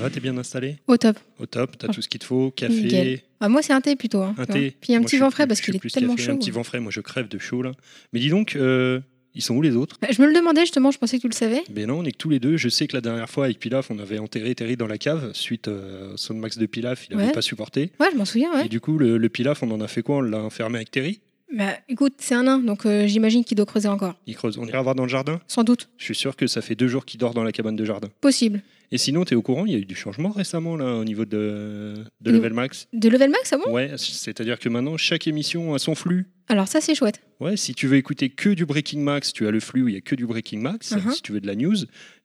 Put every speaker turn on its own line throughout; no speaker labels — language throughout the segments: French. va, t'es bien installé
Au top.
Au top, t'as tout ce qu'il te faut, café,
Ah. Nickel. Ah, moi, c'est un thé plutôt. hein,
un
tu vois.
thé.
Puis un
Moi,
petit
je suis
vent frais
plus-
parce
je
qu'il
suis
est
plus
tellement
café,
chaud. hein.
Un petit vent frais, moi je crève de chaud là. Mais dis donc, euh, ils sont où les autres
Bah, Je me le demandais justement, je pensais que tu le savais.
Ben non, on est que tous les deux. Je sais que la dernière fois avec Pilaf, on avait enterré Terry dans la cave suite euh, au Soundmax de Pilaf, il n'avait
Ouais.
pas supporté.
Ouais, je m'en souviens, ouais.
Et du coup, le, le Pilaf, on en a fait quoi On l'a enfermé avec Terry
Bah écoute, c'est un nain, donc euh, j'imagine qu'il doit creuser encore.
Il creuse. On ira voir dans le jardin
Sans doute.
Je suis sûr que ça fait deux jours qu'il dort dans la cabane de jardin.
Possible.
Et sinon, t'es au courant, il y a eu du changement récemment là au niveau de, de
Oui.
Level Max.
De level max, ah bon
Ouais, c'est-à-dire que maintenant, chaque émission a son flux.
Alors ça, c'est chouette.
Ouais, si tu veux écouter que du Breaking Max, tu as le flux où il y a que du Breaking Max.
Mhm.
Si tu veux de la news,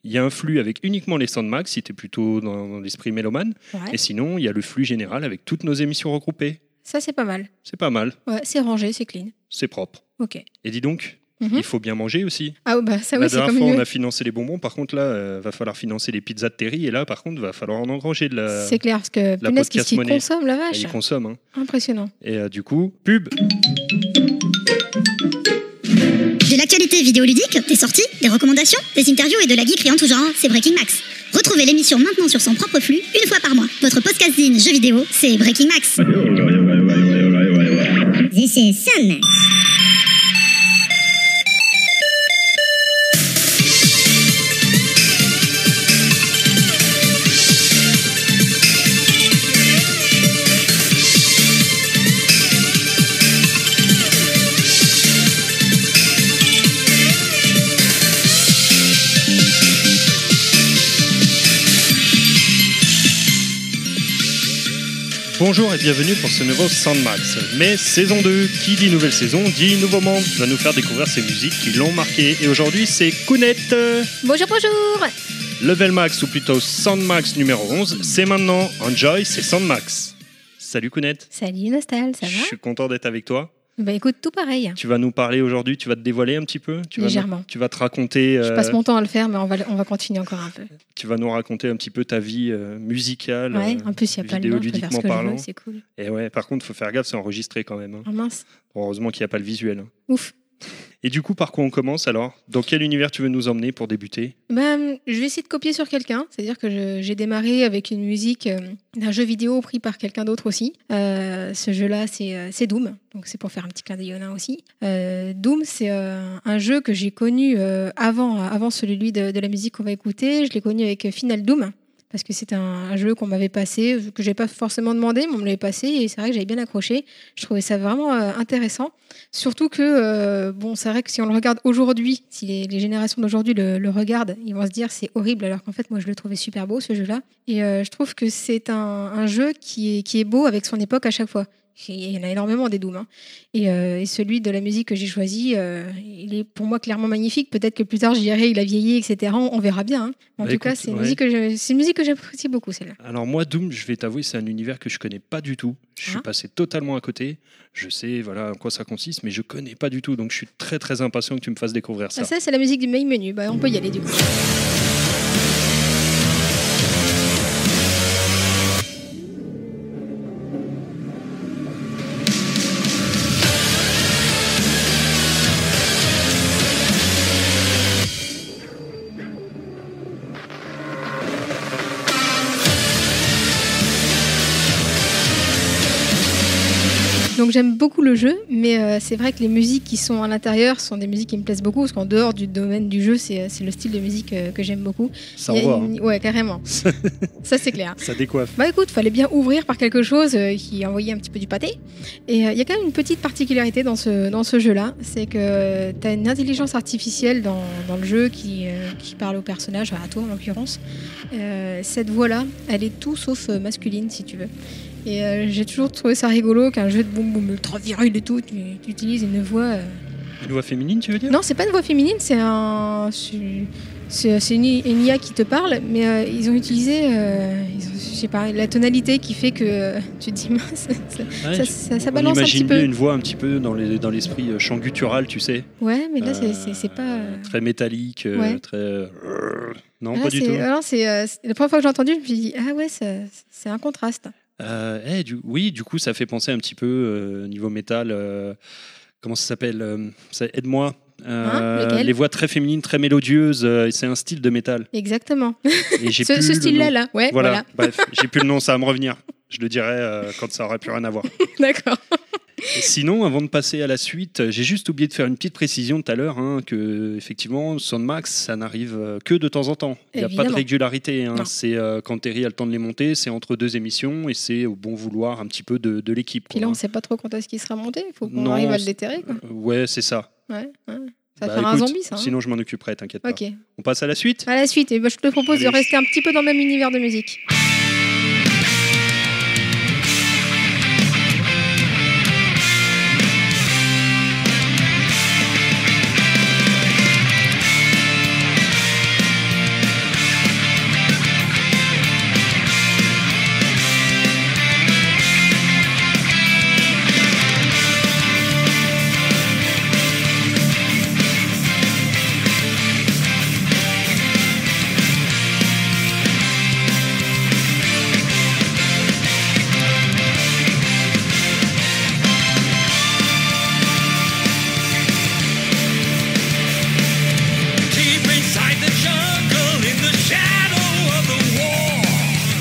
il y a un flux avec uniquement les Soundmax, si t'es plutôt dans, dans l'esprit mélomane.
Ouais.
Et sinon, il y a le flux général avec toutes nos émissions regroupées.
Ça, c'est pas mal.
C'est pas mal,
Ouais, c'est rangé, c'est clean.
c'est propre.
Ok.
Et dis donc,
Mhm.
il faut bien manger aussi.
Ah bah ça,
la
oui, c'est
dernière
comme
fois,
une-
on a financé les bonbons. Par contre, là, euh, va falloir financer les pizzas de Terry. Et là, par contre, va falloir en engranger de euh, la.
C'est clair, parce que punaise, qu'est-ce
podcast
qu'il
monnaie.
consomme, la
Et
vache
ils consomment. hein.
Impressionnant.
Et euh, du coup, pub.
De l'actualité vidéoludique, des sorties, des recommandations, des interviews et de la geekerie en tout genre, c'est Breaking Max. Retrouvez l'émission maintenant sur son propre flux, une fois par mois. Votre podcasting jeux vidéo, c'est Breaking Max. This is Sam.
Bonjour et bienvenue pour ce nouveau Soundmax. Mais saison 2, qui dit nouvelle saison, dit nouveau monde. Va nous faire découvrir ces musiques qui l'ont marqué. Et aujourd'hui, c'est Kounette.
Bonjour, bonjour
Level Max, ou plutôt Soundmax numéro 11. C'est maintenant Enjoy, c'est Soundmax. Salut Kounette.
Salut Nostal, ça
Je
va
suis content d'être avec toi.
Bah écoute, tout pareil.
Tu vas nous parler aujourd'hui, tu vas te dévoiler un petit peu. Tu vas
Légèrement.
Nous, tu vas te raconter.
Je
euh,
passe mon temps à le faire, mais on va, on va continuer encore un peu.
tu vas nous raconter un petit peu ta vie euh, musicale.
Ouais,
euh,
en plus, il n'y a pas le nom, je peux faire ce
vidéoludiquement
que je
parlant.
veux, c'est cool.
Et ouais, par contre, faut faire gaffe, c'est enregistré quand même. hein.
Ah mince,
Heureusement qu'il n'y a pas le visuel. hein.
ouf.
Et du coup, par quoi on commence alors Dans quel univers tu veux nous emmener pour débuter
Ben, je vais essayer de copier sur quelqu'un, c'est-à-dire que je- j'ai démarré avec une musique euh, d'un jeu vidéo pris par quelqu'un d'autre aussi. Euh, ce jeu-là, c'est euh, c'est Doom, donc c'est pour faire un petit clin d'œil au nain aussi. Euh, Doom, c'est euh, un jeu que j'ai connu euh, avant, avant celui de, de la musique qu'on va écouter. Je l'ai connu avec euh, Final Doom, parce que c'est un, un jeu qu'on m'avait passé, que j'ai pas forcément demandé, mais on me l'avait passé, et c'est vrai que j'avais bien accroché. Je trouvais ça vraiment euh, intéressant. Surtout que, euh, bon, c'est vrai que si on le regarde aujourd'hui, si les, les générations d'aujourd'hui le, le regardent, ils vont se dire c'est horrible, alors qu'en fait, moi, je le trouvais super beau, ce jeu-là. Et euh, je trouve que c'est un, un jeu qui est, qui est beau avec son époque à chaque fois. Il y en a énormément des Doom. hein. Et, euh, et celui de la musique que j'ai choisi, euh, il est pour moi clairement magnifique. Peut-être que plus tard, je dirai, il a vieilli, etc. On, on verra bien. hein. En
Bah,
tout
écoute,
cas, c'est une
ouais.
musique que je- c'est une musique que j'apprécie beaucoup, celle-là.
Alors moi, Doom, je vais t'avouer, c'est un univers que je connais pas du tout. Je suis
Ah.
passé totalement à côté. Je sais, voilà, en quoi ça consiste, mais je connais pas du tout. Donc je suis très très impatient que tu me fasses découvrir ça.
Ah, ça, c'est la musique du main menu. Bah, on peut y aller du coup. Donc j'aime beaucoup le jeu, mais euh, c'est vrai que les musiques qui sont à l'intérieur sont des musiques qui me plaisent beaucoup, parce qu'en dehors du domaine du jeu, c'est c'est le style de musique euh, que j'aime beaucoup.
ça
Il y a
envoie. hein.
une- Ouais, carrément. Ça c'est clair.
Ça décoiffe.
Bah écoute, fallait bien ouvrir par quelque chose euh, qui envoyait un petit peu du pâté. Et euh, il y a quand même une petite particularité dans ce, dans ce jeu-là, c'est que tu as une intelligence artificielle dans, dans le jeu qui, euh, qui parle au personnage, à toi en l'occurrence. Euh, cette voix-là, elle est tout sauf euh, masculine si tu veux. Et euh, j'ai toujours trouvé ça rigolo qu'un jeu de boum boum ultra viril et tout, tu, tu utilises une voix... euh,
Une voix féminine, tu veux dire
non, c'est pas une voix féminine, c'est un. c'est- C'est c'est une, une IA qui te parle, mais euh, ils ont utilisé, euh, ils ont- je sais pas, la tonalité qui fait que euh, tu te dis mince, ça,
Ouais, je-
ça- ça- ça
on
balance un petit
imagine bien
peu.
une voix un petit peu dans les- dans l'esprit euh, chant guttural, tu sais.
Ouais, mais là c'est-
Euh,
c'est c'est pas. euh,
Très métallique, euh,
Ouais.
très. euh, Non,
ah,
pas du
c'est-
tout.
ah non, c'est euh, c'est- la première fois que j'ai entendu, je me suis dit ah ouais, ça- c'est un contraste.
Euh, eh, du- oui, du coup, ça fait penser un petit peu euh, niveau métal. euh, comment ça s'appelle euh, ça- Aide-moi. Euh,
Hein, lequel
les voix très féminines, très mélodieuses, euh, et c'est un style de métal.
Exactement.
Et j'ai
Ce,
plus
ce
le
style-là,
nom.
là. Ouais,
Voilà,
voilà.
bref, j'ai plus le nom, ça va me revenir. Je le dirai euh, quand ça aura plus rien à voir.
D'accord.
Et Sinon, avant de passer à la suite, j'ai juste oublié de faire une petite précision tout à l'heure hein, que effectivement, Soundmax, ça n'arrive euh, que de temps en temps. Il n'y a pas de
Évidemment.
régularité. hein.
Non.
C'est euh, quand Terry a le temps de les monter, c'est entre deux émissions et c'est au bon vouloir un petit peu de, de l'équipe.
Puis
quoi,
là, on
hein.
ne sait pas trop quand est-ce qu'il sera monté. Il faut qu'on
Non,
arrive à
c'est-
le déterrer. Quoi.
Euh, Ouais, c'est ça.
Ouais, ouais. Ça va
Bah,
faire un
écoute,
zombie, ça. hein.
Sinon, je m'en occuperai, t'inquiète
Ok.
pas. On passe à la suite.
À la suite, et ben, je te propose de
Allez.
rester un petit peu dans le même univers de musique.
Deep inside the jungle, in the shadow of the war,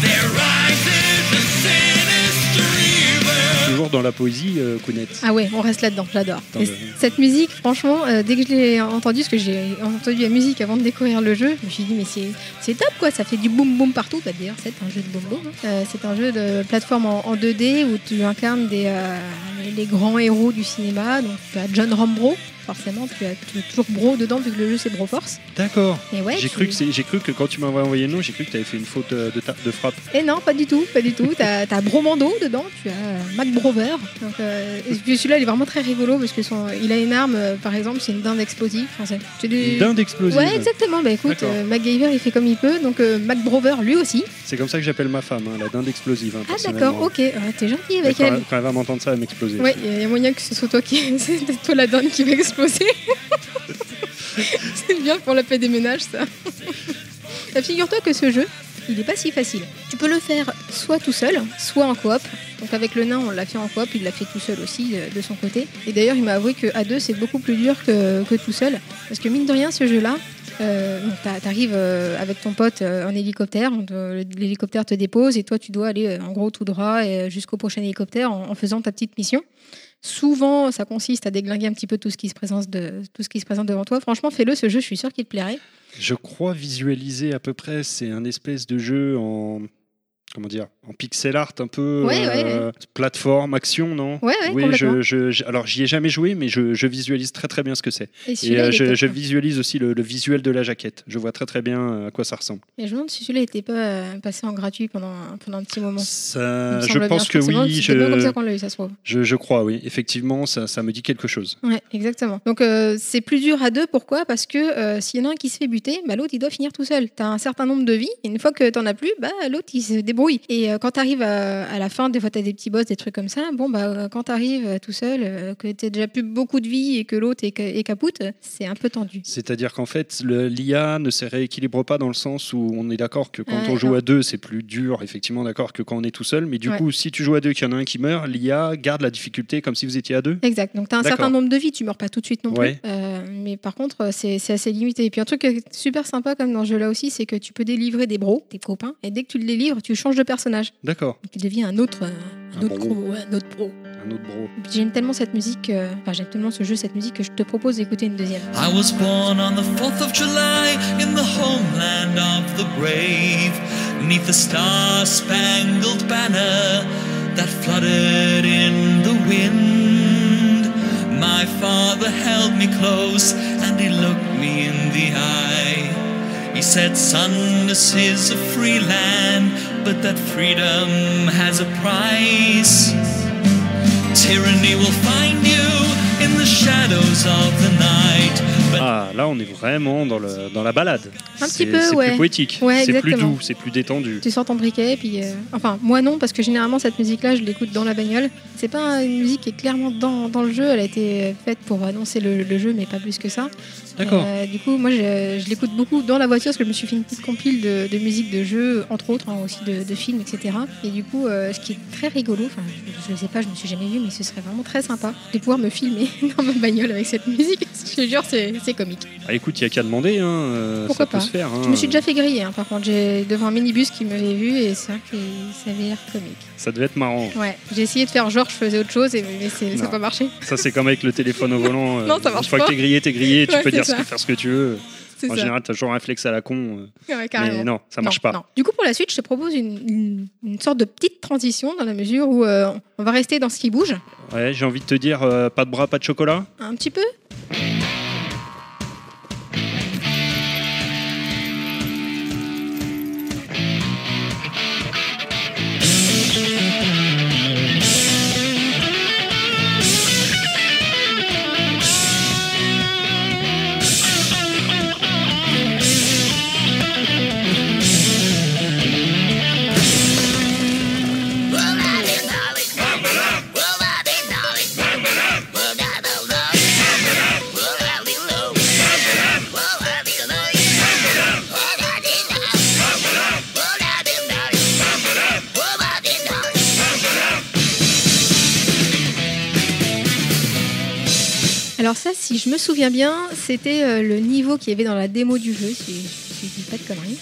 there rises a sinister evil.
Toujours dans la poésie, euh, Kounet.
Ah ouais, on reste là-dedans, j'adore.
Attends,
Et
je-
Cette musique, franchement, euh, dès que je l'ai entendue, parce que j'ai entendu la musique avant de découvrir le jeu, je me suis dit, mais c'est c'est top quoi, ça fait du boom boom partout. Bah, D'ailleurs, c'est un jeu de boom boom. hein. Euh, c'est un jeu de plateforme en, en 2D où tu incarnes des, euh, les grands héros du cinéma. Donc tu as John Rambro, forcément, tu as tu- toujours Bro dedans, vu que le jeu c'est Bro Force.
D'accord.
Et ouais,
J'ai
tu-
cru, que c'est- j'ai cru que quand tu m'as envoyé le nom, j'ai cru que tu avais fait une faute euh, de, ta- de frappe.
Et Eh non, pas du tout, pas du tout. T'as as Bromando dedans, tu as euh, Mac Brover. Donc, euh, et puis celui-là, il est vraiment très rigolo parce que son, il a une arme, euh, par exemple, c'est une dinde explosive. Enfin, c'est- c'est du-
Une dinde explosive.
Ouais, exactement. Bah écoute,
D'accord.
euh, MacGyver, il fait comme il peut, donc euh, Mac Brover, lui aussi.
C'est comme ça que j'appelle ma femme, hein, la dinde explosive. hein,
Ah
personnellement.
d'accord, ok, Ah, t'es gentil
Mais
avec
Quand,
elle.
elle- quand elle va m'entendre ça, elle m'exploser.
Ouais, il y a moyen que ce soit toi qui. C'est peut-être toi la dinde qui va exploser. c'est bien pour la paix des ménages, ça. Ah, Figure-toi que ce jeu, il n'est pas si facile. Tu peux le faire soit tout seul, soit en coop. Donc avec le nain, on l'a fait en coop, il l'a fait tout seul aussi euh, de son côté. Et d'ailleurs, il m'a avoué que à deux, c'est beaucoup plus dur que, que tout seul. Parce que mine de rien, ce jeu-là, euh, bon, t'a- t'arrives euh, avec ton pote euh, en hélicoptère, on te- l'hélicoptère te dépose et toi, tu dois aller euh, en gros tout droit et, euh, jusqu'au prochain hélicoptère en- en faisant ta petite mission. Souvent, ça consiste à déglinguer un petit peu tout ce qui se présente, de, tout ce qui se présente devant toi. Franchement, fais-le, ce jeu, je suis sûr qu'il te plairait.
Je crois visualiser à peu près, c'est un espèce de jeu en comment dire, en pixel art un peu, euh,
Ouais, ouais,
plateforme, action, non
Ouais, ouais,
Oui,
complètement.
je, je- je- alors j'y ai jamais joué, mais je, je visualise très très bien ce que c'est.
Et,
Et
celui-là,
euh,
il hein.
je,
était-
je visualise aussi le, le visuel de la jaquette. Je vois très très bien euh, à quoi ça ressemble.
Mais je me demande si celui-là n'était pas euh, passé en gratuit pendant, un- pendant un petit moment. Il
Ça,
me
Euh, je
semble bien,
pense que
c'est bien-
oui,
c'était bien comme ça
je,
qu'on l'a eu, ça se trouve.
je, je crois, oui. Effectivement, ça, ça me dit quelque chose.
Ouais, exactement. Donc euh, c'est plus dur à deux, pourquoi Parce que euh, s'il y en a un qui se fait buter, bah, l'autre il doit finir tout seul. T'as un certain nombre de vies, et une fois que t'en as plus, bah, l'autre il se débrouille. Et euh, quand t'arrives à, à la fin, des fois t'as des petits boss, des trucs comme ça, bon bah euh, quand t'arrives euh, tout seul, euh, que t'as déjà plus beaucoup de vies et que l'autre est, ca- est capoute, c'est un peu tendu.
C'est-à-dire qu'en fait, le- l'IA ne se rééquilibre pas dans le sens où on est d'accord que quand
Ouais,
on joue
non.
à deux, c'est plus dur, effectivement, d'accord, que quand on est tout seul. Mais du
Ouais.
coup, si tu joues à deux et qu'il y en a un qui meurt, l'IA garde la difficulté comme si vous étiez à deux.
Exact. Donc, tu as un
D'accord.
certain nombre de vies, tu meurs pas tout de suite non plus.
Ouais.
Euh, mais par contre, euh, c'est c'est assez limité. Et puis, un truc qui est super sympa comme dans ce jeu-là aussi, c'est que tu peux délivrer des bros, tes copains, et dès que tu le délivres, tu changes de personnage.
D'accord.
Donc, tu deviens un autre, euh, un
Un
autre,
bro.
gros, ouais, un autre bro. Et
Un autre bro.
puis, J'aime tellement cette musique, euh, enfin, j'aime tellement ce jeu, cette musique, que je te propose d'écouter une deuxième.
I was born on the 4th of July in the homeland of the brave, neath the star spangled banner that fluttered in the wind. My father held me close and he looked me in the eye. He said, Son, this is a free land, but that freedom has a price. Tyranny will find you in the shadows of the night. But
Ah, là, on est vraiment dans, le, dans la balade.
Un
C'est-
petit peu,
C'est
ouais.
plus poétique.
Ouais,
c'est plus
exactement.
doux, c'est plus détendu.
Tu sors ton briquet, et puis. euh, Enfin, moi non, parce que généralement, cette musique-là, je l'écoute dans la bagnole. C'est pas une musique qui est clairement dans, dans le jeu, elle a été euh, faite pour annoncer le- le jeu, mais pas plus que ça.
D'accord.
Euh, du coup, moi, je, je l'écoute beaucoup dans la voiture parce que je me suis fait une petite compile de, de musique de jeux, entre autres, hein, aussi de, de films, etc. Et du coup, euh, ce qui est très rigolo, enfin, je, je sais pas, je me suis jamais vue, mais ce serait vraiment très sympa de pouvoir me filmer dans ma bagnole avec cette musique. Je te jure, c'est c'est comique.
Ah, écoute, il n'y a qu'à demander, hein, euh,
Pourquoi
ça peut
pas.
se faire. hein.
Je me suis déjà fait griller, hein, par contre, j'ai devant un minibus qui m'avait vu et c'est vrai que ça avait l'air comique.
Ça devait être marrant.
Ouais, j'ai essayé de faire genre je faisais autre chose, et, mais c'est- ça n'a
Non.
pas marché.
Ça, c'est comme avec le téléphone au volant. euh,
Non, ça marche
Une fois
pas.
que t'es grillé, t'es grillé, tu
Ouais,
peux
c'est
dire ce
ça.
que- faire ce que tu veux.
C'est
En
ça.
général, t'as toujours un réflexe à la con. euh,
Ouais, carrément.
mais non, ça
Non,
marche pas.
non. Du coup, pour la suite, je te propose une, une- une sorte de petite transition dans la mesure où euh, on va rester dans ce qui bouge
Ouais, j'ai envie de te dire, euh, pas de bras, pas de chocolat.
un petit peu. Alors ça, si je me souviens bien, c'était euh, le niveau qu'il y avait dans la démo du jeu, si, si je dis pas de conneries.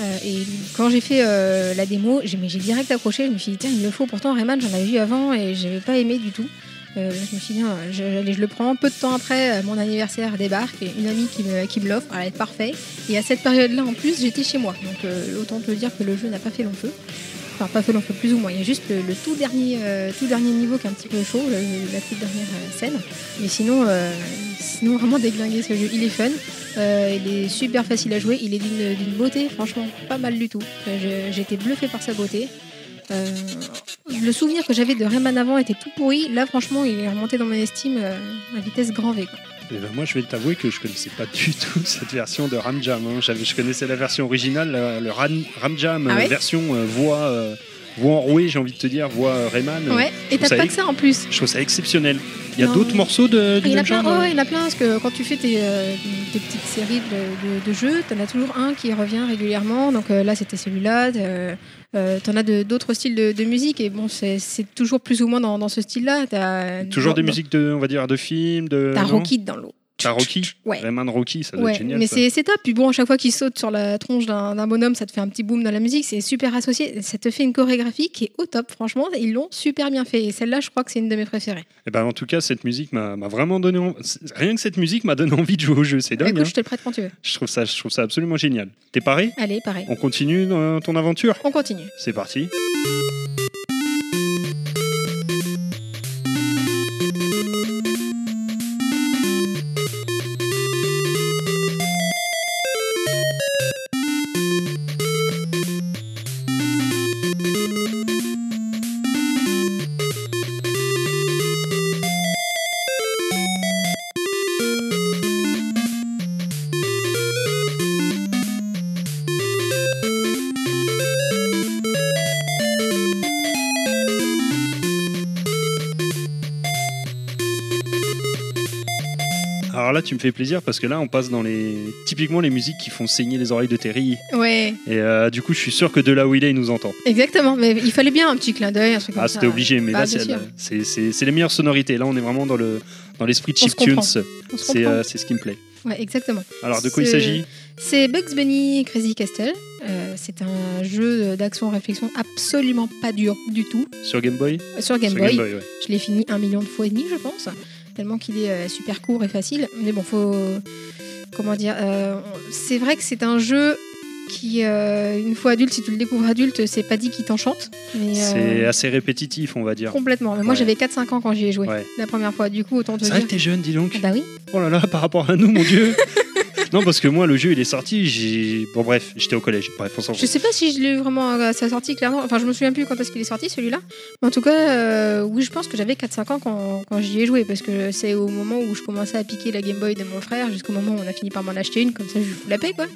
Euh, et quand j'ai fait euh, la démo, j'ai mais j'ai direct accroché, je me suis dit, tiens, il me le faut. Pourtant, Rayman, j'en avais vu avant et j'avais pas aimé du tout. Euh, je me suis dit, non, je, allez, je le prends. Peu de temps après, euh, mon anniversaire débarque et une amie qui me, qui me l'offre, elle est parfait. Et à cette période-là, en plus, j'étais chez moi. Donc euh, autant te dire que le jeu n'a pas fait long feu. Enfin, pas fait long feu, plus ou moins. Il y a juste le, le tout, dernier, euh, tout dernier niveau qui est un petit peu chaud, le- la toute dernière euh, scène. Mais sinon, euh, sinon vraiment déglinguer ce jeu. Il est fun, euh, il est super facile à jouer, il est d'une d'une beauté, franchement, pas mal du tout. Euh, je- J'ai été bluffé par sa beauté. Euh, le souvenir que j'avais de Rayman avant était tout pourri. Là, franchement, il est remonté dans mon estime euh, à vitesse grand V. quoi.
Et ben, moi, je vais t'avouer que je connaissais pas du tout cette version de Ramjam. hein. J'avais- Je connaissais la version originale, la- le Ram- Ramjam,
Ah
euh,
ouais
version euh, voix, euh, voix enrouée, j'ai envie de te dire, voix euh, Rayman. euh,
Ouais, et t'as
ça
pas
est-
que ça en plus.
Je trouve ça exceptionnel. Il y a
Non.
d'autres morceaux de, du
Il y en a
même
plein,
genre
ouais,
euh,
ouais, il y en a plein, parce que quand tu fais tes, euh, tes petites séries de, de- de jeux, t'en as toujours un qui revient régulièrement. Donc euh, là, c'était celui-là. Euh, euh, t'en as de- d'autres styles de, de musique, et bon, c'est c'est toujours plus ou moins dans, dans ce style-là. T'as-
Toujours des
dans-
musiques de, on va dire, de films, de.
T'as
non
Rocky dans l'eau.
T'as Rocky.
Ouais.
Rayman Rocky, ça doit
Ouais,
être génial.
mais
ça.
c'est c'est top. Puis bon, à chaque fois qu'il saute sur la tronche d'un d'un bonhomme, ça te fait un petit boom dans la musique. C'est super associé. Ça te fait une chorégraphie qui est au top. Franchement, ils l'ont super bien fait. Et celle-là, je crois que c'est une de mes préférées.
Eh ben, en tout cas, cette musique m'a m'a vraiment donné. en- c'est- Rien que cette musique m'a donné envie de jouer au jeu. C'est dingue.
Écoute,
hein.
je te le prête quand tu veux.
je... trouve ça, je trouve ça absolument génial. T'es paré
Allez, pareil.
On continue dans ton aventure
On continue.
C'est parti. Alors là, tu me fais plaisir parce que là, on passe dans les typiquement les musiques qui font saigner les oreilles de Terry.
Ouais.
Et euh, du coup, je suis sûr que de là où il est, il nous entend.
Exactement, mais il fallait bien un petit clin d'œil, un truc comme
Ah,
ça.
c'était obligé, mais
Bah,
là,
bien
c'est- euh,
sûr.
c'est c'est- c'est les meilleures sonorités. Là, on est vraiment dans le dans l'esprit
On se
chip tunes.
comprend. On se
C'est
comprend.
euh, c'est ce qui me plaît.
Ouais, exactement.
Alors, de quoi il
C'est-
s'agit
C'est Bugs Bunny Crazy Castle. Euh, c'est un jeu d'action-réflexion absolument pas dur du tout
Sur Game Boy
Euh, sur Game
Sur
Boy.
Game Boy, ouais.
Je l'ai fini un million de fois et demi, je pense, tellement qu'il est euh, super court et facile. Mais bon, faut. Comment dire euh, on- C'est vrai que c'est un jeu qui, euh, une fois adulte, si tu le découvres adulte, c'est pas dit qu'il t'enchante. mais,
C'est
euh,
assez répétitif, on va dire.
Complètement. Mais moi,
Ouais.
j'avais 4-5 ans quand j'y ai joué
Ouais.
la première fois. Du coup, autant te
C'est vrai
dire.
que t'es jeune, dis donc.
Ah bah oui.
Oh là là, par rapport à nous, mon dieu. non, parce que moi, le jeu, il est sorti. j'ai- Bon, bref, j'étais au collège. Bref, on s'en
Je
fout.
sais pas si je l'ai eu vraiment à sa sortie, clairement. Enfin, je me souviens plus quand est-ce qu'il est sorti celui-là. Mais en tout cas, euh, oui, je pense que j'avais 4-5 ans quand, quand j'y ai joué. Parce que c'est au moment où je commençais à piquer la Game Boy de mon frère, jusqu'au moment où on a fini par m'en acheter une. Comme ça, je lui fous la paix, quoi.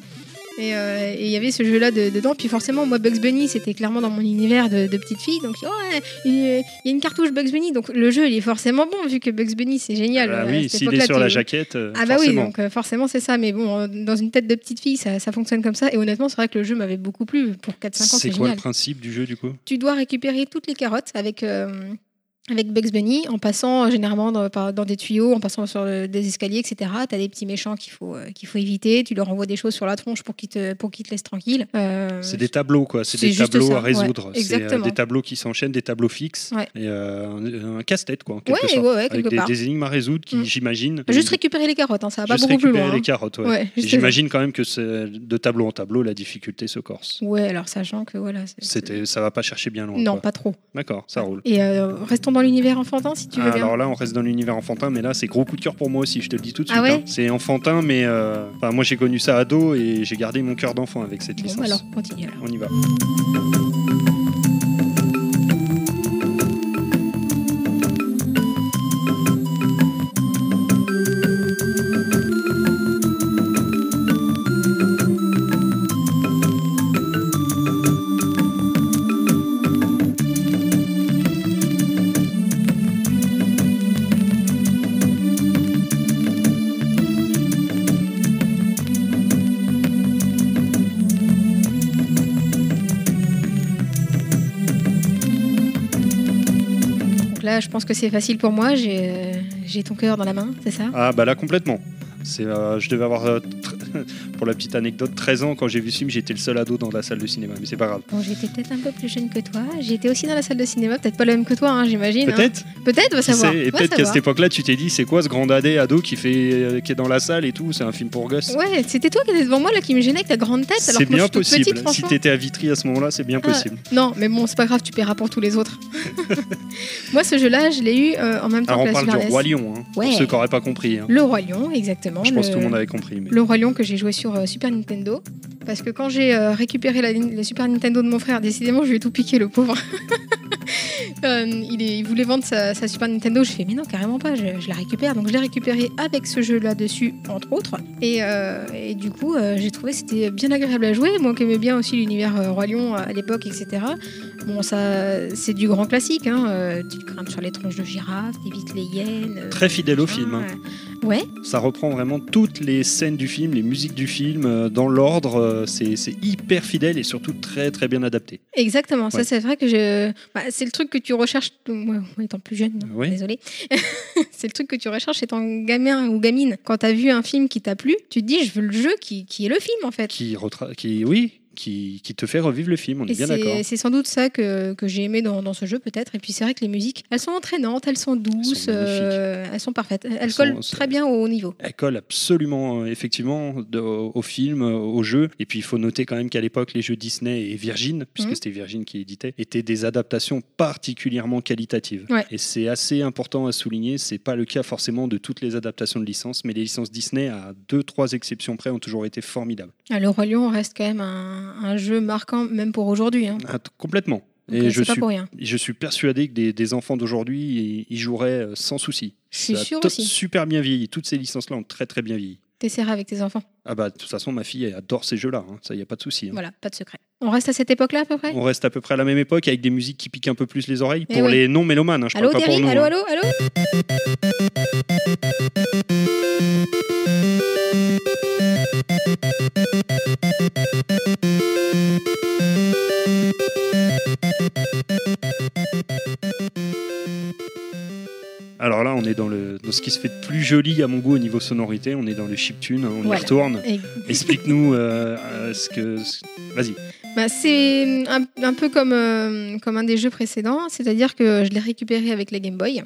Et euh, et il y avait ce jeu-là de- dedans. Puis forcément, moi, Bugs Bunny, c'était clairement dans mon univers de, de petite fille. Donc, oh ouais, il y a- il y a une cartouche Bugs Bunny. Donc, le jeu, il est forcément bon, vu que Bugs Bunny, c'est génial. euh,
Ah
À
oui,
cette
s'il est
époque-là,
sur la
tu-
jaquette, euh,
ah bah oui,
forcément.
donc euh, forcément c'est ça, mais bon, euh, dans une tête de petite fille, ça, ça fonctionne comme ça, et honnêtement, c'est vrai que le jeu m'avait beaucoup plu, pour 4-5 ans,
C'est
c'est
quoi
génial.
le principe du jeu, du coup
Tu dois récupérer toutes les carottes avec... euh, avec Bugs Bunny, en passant euh, généralement dans, par- dans des tuyaux, en passant sur euh, des escaliers, etc. T'as des petits méchants qu'il faut, euh, qu'il faut éviter, tu leur envoies des choses sur la tronche pour qu'ils te, pour qu'ils te laissent tranquille. Euh,
C'est des tableaux, quoi. C'est
c'est
des
juste
tableaux
ça,
à
ouais,
résoudre. c'est euh,
exactement.
des tableaux qui s'enchaînent, des tableaux fixes.
Ouais.
Et euh, un- un casse-tête, quoi, en
Ouais,
quelque
ouais,
sorte.
ouais,
avec
quelque
des,
part.
des énigmes à résoudre qui,
Mm.
j'imagine.
Juste récupérer les carottes, hein, ça va pas
Juste
beaucoup plus
récupérer
loin.
les
hein.
carottes, ouais.
Ouais,
Et
juste-
J'imagine quand même que c'est de tableau en tableau, la difficulté se corse.
Ouais, alors sachant que voilà. c'est-
C'était, ça va pas chercher bien loin.
Non,
quoi.
pas trop.
D'accord, ça roule. Ah,
Et euh, restons dans l'univers enfantin si tu veux bien.
Alors là, on reste dans l'univers enfantin, mais là, c'est gros coup de cœur pour moi aussi, je te le dis tout de suite.
Ah ouais
hein. C'est enfantin, mais euh, enfin, moi, j'ai connu ça ado et j'ai gardé mon cœur d'enfant avec cette
Bon,
licence.
bah alors continue. alors.
On y va.
Donc là, je pense que c'est facile pour moi. J'ai euh, j'ai ton cœur dans la main, c'est ça
Ah bah là complètement. C'est, euh, je devais avoir, euh, tr- pour la petite anecdote, 13 ans quand j'ai vu ce film, j'étais le seul ado dans la salle de cinéma, mais c'est pas grave.
Bon, j'étais peut-être un peu plus jeune que toi. J'étais aussi dans la salle de cinéma, peut-être pas le même que toi, hein, j'imagine. hein.
Peut-être,
Peut-être, va
qui
savoir.
sait, et
Va
peut-être qu'à
savoir.
cette époque-là, tu t'es dit, c'est quoi ce grand dadais ado qui fait, euh, qui est dans la salle et tout, c'est un film pour gosses.
Ouais, c'était toi qui étais devant moi là qui me gênait avec ta grande tête. alors
c'est
que moi,
bien
je suis toute
possible.
Petite,
si
franchement.
t'étais à Vitry à ce moment-là, c'est bien
Ah.
possible.
non, mais bon, c'est pas grave, tu paieras pour tous les autres. moi, ce jeu-là, je l'ai eu euh, en même temps
Alors
que
on
la
parle
Super
du
NES.
Roi Lion, hein,
Ouais.
pour ceux qui n'auraient pas compris. hein.
Le Roi Lion, exactement.
Je pense que
le-
tout le monde avait compris. mais-
Le Roi Lion que j'ai joué sur euh, Super Nintendo. Parce que quand j'ai euh, récupéré la, la Super Nintendo de mon frère, décidément, je lui ai tout piqué, le pauvre. Euh, il, est- il voulait vendre sa, sa Super Nintendo. Je fais, mais non, carrément pas, je, je la récupère. Donc, je l'ai récupéré avec ce jeu-là dessus, entre autres. Et, euh, et du coup, euh, j'ai trouvé que c'était bien agréable à jouer. Moi qui aimais bien aussi l'univers euh, Roi Lion à l'époque, etc. Bon, ça, c'est du grand classique. Hein. euh, tu grimpes sur les tronches de girafes, t'évites les hyènes. euh,
Très fidèle au
machin,
film, hein.
euh. Ouais,
Ça reprend vraiment toutes les scènes du film, les musiques du film, euh, dans l'ordre. euh, C'est c'est hyper fidèle et surtout très très bien adapté.
Exactement,
Ouais.
ça c'est vrai que je... bah, c'est le truc que tu recherches, moi étant plus jeune, non,
Oui.
désolé, c'est le truc que tu recherches étant gamin ou gamine. Quand t'as vu un film qui t'a plu, tu te dis je veux le jeu qui, qui est le film en fait.
Qui, retra- qui oui, qui, qui te fait revivre le film. On est
Et
bien d'accord.
c'est c'est sans doute ça que, que j'ai aimé dans, dans ce jeu peut-être. Et puis c'est vrai que les musiques, elles sont entraînantes, elles sont douces,
magnifiques.
euh, elles sont parfaites. Elles,
Elles
collent
sont-
très bien au haut niveau.
Elle colle absolument, euh, effectivement, de- au, au film, euh, au jeu. Et puis, il faut noter quand même qu'à l'époque, les jeux Disney et Virgin, puisque
Mhm.
c'était Virgin qui éditait, étaient des adaptations particulièrement qualitatives.
Ouais.
Et c'est assez important à souligner. C'est pas le cas forcément de toutes les adaptations de licences, mais les licences Disney, à deux, trois exceptions près, ont toujours été formidables.
Ah, Le Roi Lion reste quand même un, un jeu marquant même pour aujourd'hui. Hein.
Ah, t- complètement.
Donc,
Et
euh,
je
c'est pas
suis,
pour rien.
je suis persuadé que des, des enfants d'aujourd'hui y, y joueraient euh, sans souci.
Je suis
Ça a
sûre
to-
aussi.
Super bien vieilli. Toutes ces licences-là ont très très bien vieilli.
T'essaieras avec tes enfants.
Ah bah de toute façon ma fille elle adore ces jeux-là, hein. ça y a pas de souci. hein.
Voilà, pas de secret. On reste à cette époque-là à peu près
On reste à peu près à la même époque avec des musiques qui piquent un peu plus les oreilles
Eh
pour
oui.
les non mélomanes. hein, je
Allô
parle pas pour
Terry,
nous.
allô,
hein.
allô, allô
Alors là, on est dans le dans ce qui se fait de plus joli à mon goût au niveau sonorité. On est dans le chiptune, hein, on
Voilà.
y retourne.
Et-
Explique-nous euh, euh, ce que. ce- Vas-y.
bah, c'est un, un peu comme, euh, comme un des jeux précédents, c'est-à-dire que je l'ai récupéré avec la Game Boy.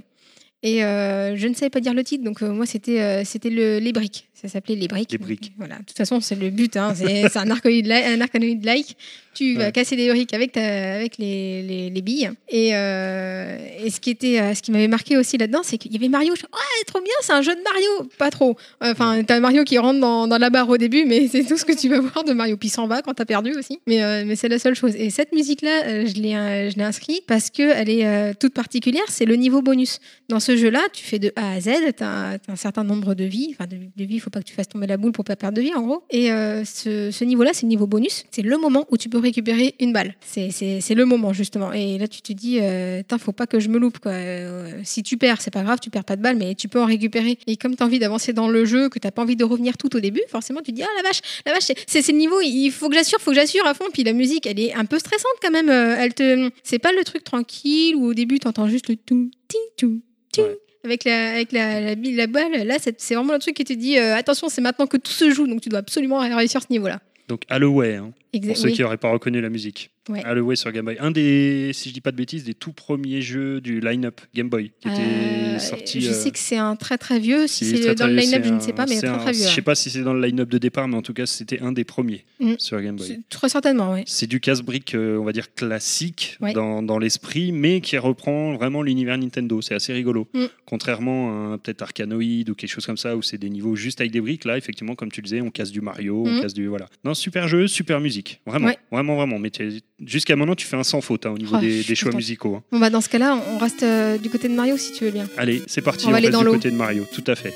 Et euh, je ne savais pas dire le titre, donc euh, moi c'était euh, c'était le, les briques. Ça s'appelait les briques.
Les briques.
Voilà. De toute façon, c'est le but. hein, C'est c'est un arcanoïde, li- un arcanoïde like. Tu vas
Ouais.
casser des briques avec ta- avec les, les, les billes. Et, euh, et ce qui était euh, ce qui m'avait marqué aussi là-dedans, c'est qu'il y avait Mario. Je fais, ouais, trop bien, c'est un jeu de Mario. Pas trop. Enfin, t'as Mario qui rentre dans, dans la barre au début, mais c'est tout ce que tu vas voir de Mario. Puis il s'en va quand t'as perdu aussi. Mais, euh, mais c'est la seule chose. Et cette musique-là, euh, je l'ai euh, je l'ai inscrite parce qu'elle est euh, toute particulière. C'est le niveau bonus. Dans ce jeu-là, tu fais de A à Z, t'as t'as un certain nombre de vies. Enfin, de, de vies, il faut pas que tu fasses tomber la boule pour pas perdre de vie, en gros. Et euh, ce, ce niveau-là, c'est le niveau bonus. C'est le moment où tu peux récupérer une balle. C'est- C'est c'est le moment, justement. Et là, tu te dis, euh, Tain, faut pas que je me loupe, quoi. Euh, si tu perds, c'est pas grave, tu perds pas de balle, mais tu peux en récupérer. Et comme tu as envie d'avancer dans le jeu, que t'as pas envie de revenir tout au début, forcément, tu te dis, ah la vache, la vache, c'est- c'est c'est le niveau, il faut que j'assure, faut que j'assure à fond. Puis la musique, elle est un peu stressante quand même. euh, Elle te, c'est pas le truc tranquille où au début t'entends juste le tout, ting, tout, ting.
Ouais.
Avec la, avec la, la, bille- la balle, là, c'est c'est vraiment le truc qui te dit euh, attention, c'est maintenant que tout se joue, donc tu dois absolument réussir ce niveau-là.
Donc Halloway, hein, pour ceux
Exactement.
qui n'auraient pas reconnu la musique.
Eh Ouais.
Halloway sur Game Boy. Un des, si je dis pas de bêtises, des tout premiers jeux du line-up Game Boy qui était sorti.
je
euh,
sais que c'est un très très vieux. Si
qui est
c'est
très,
dans
très
le
vieux.
line-up,
C'est
je ne
un-
sais pas, mais
c'est
très
un-
très vieux. hein.
Je sais pas si c'est dans le line-up de départ, mais en tout cas, c'était un des premiers
Mm.
sur Game
ouais.
Boy.
C'est- Très certainement, oui.
C'est du casse-brique, euh, on va dire classique
Ouais.
dans, dans l'esprit, mais qui reprend vraiment l'univers Nintendo. C'est assez rigolo.
Mm.
Contrairement à peut-être Arkanoid ou quelque chose comme ça, où c'est des niveaux juste avec des briques, là, effectivement, comme tu le disais, on casse du Mario, on
Mm.
casse du. Voilà. Non, super jeu, super musique. Vraiment,
Ouais.
vraiment, vraiment. Mais t'es- jusqu'à maintenant, tu fais un sans faute hein, au niveau
Oh, je
des,
suis
des choix
contente.
musicaux. hein.
Bon, bah, dans ce cas-là, on reste euh, du côté de Mario si tu veux bien.
Allez, c'est parti,
On
on,
va aller
reste
dans
du
l'eau.
côté de Mario. Tout à fait.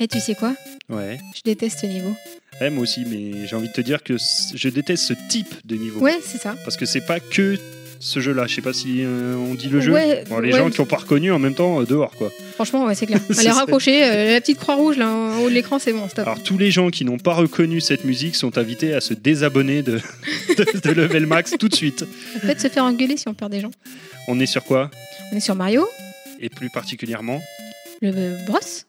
Et tu sais quoi
Ouais.
Je déteste ce niveau.
Ouais, Eh, moi aussi, mais j'ai envie de te dire que c- je déteste ce type de niveau.
Ouais, c'est ça.
Parce que c'est pas que ce jeu-là. Je sais pas si euh, on dit le jeu.
Ouais,
Bon, les
ouais.
gens qui ont pas reconnu en même temps euh, dehors quoi.
Franchement, ouais, c'est clair.
C'est
Allez,
ça.
raccrocher euh, la petite croix rouge là en haut de l'écran, c'est bon, stop.
Alors tous les gens qui n'ont pas reconnu cette musique sont invités à se désabonner de, de, de Level Max tout de suite.
Peut-être se faire engueuler si on perd des gens.
On est sur quoi
On est sur Mario,
Et plus particulièrement
le euh, brosse.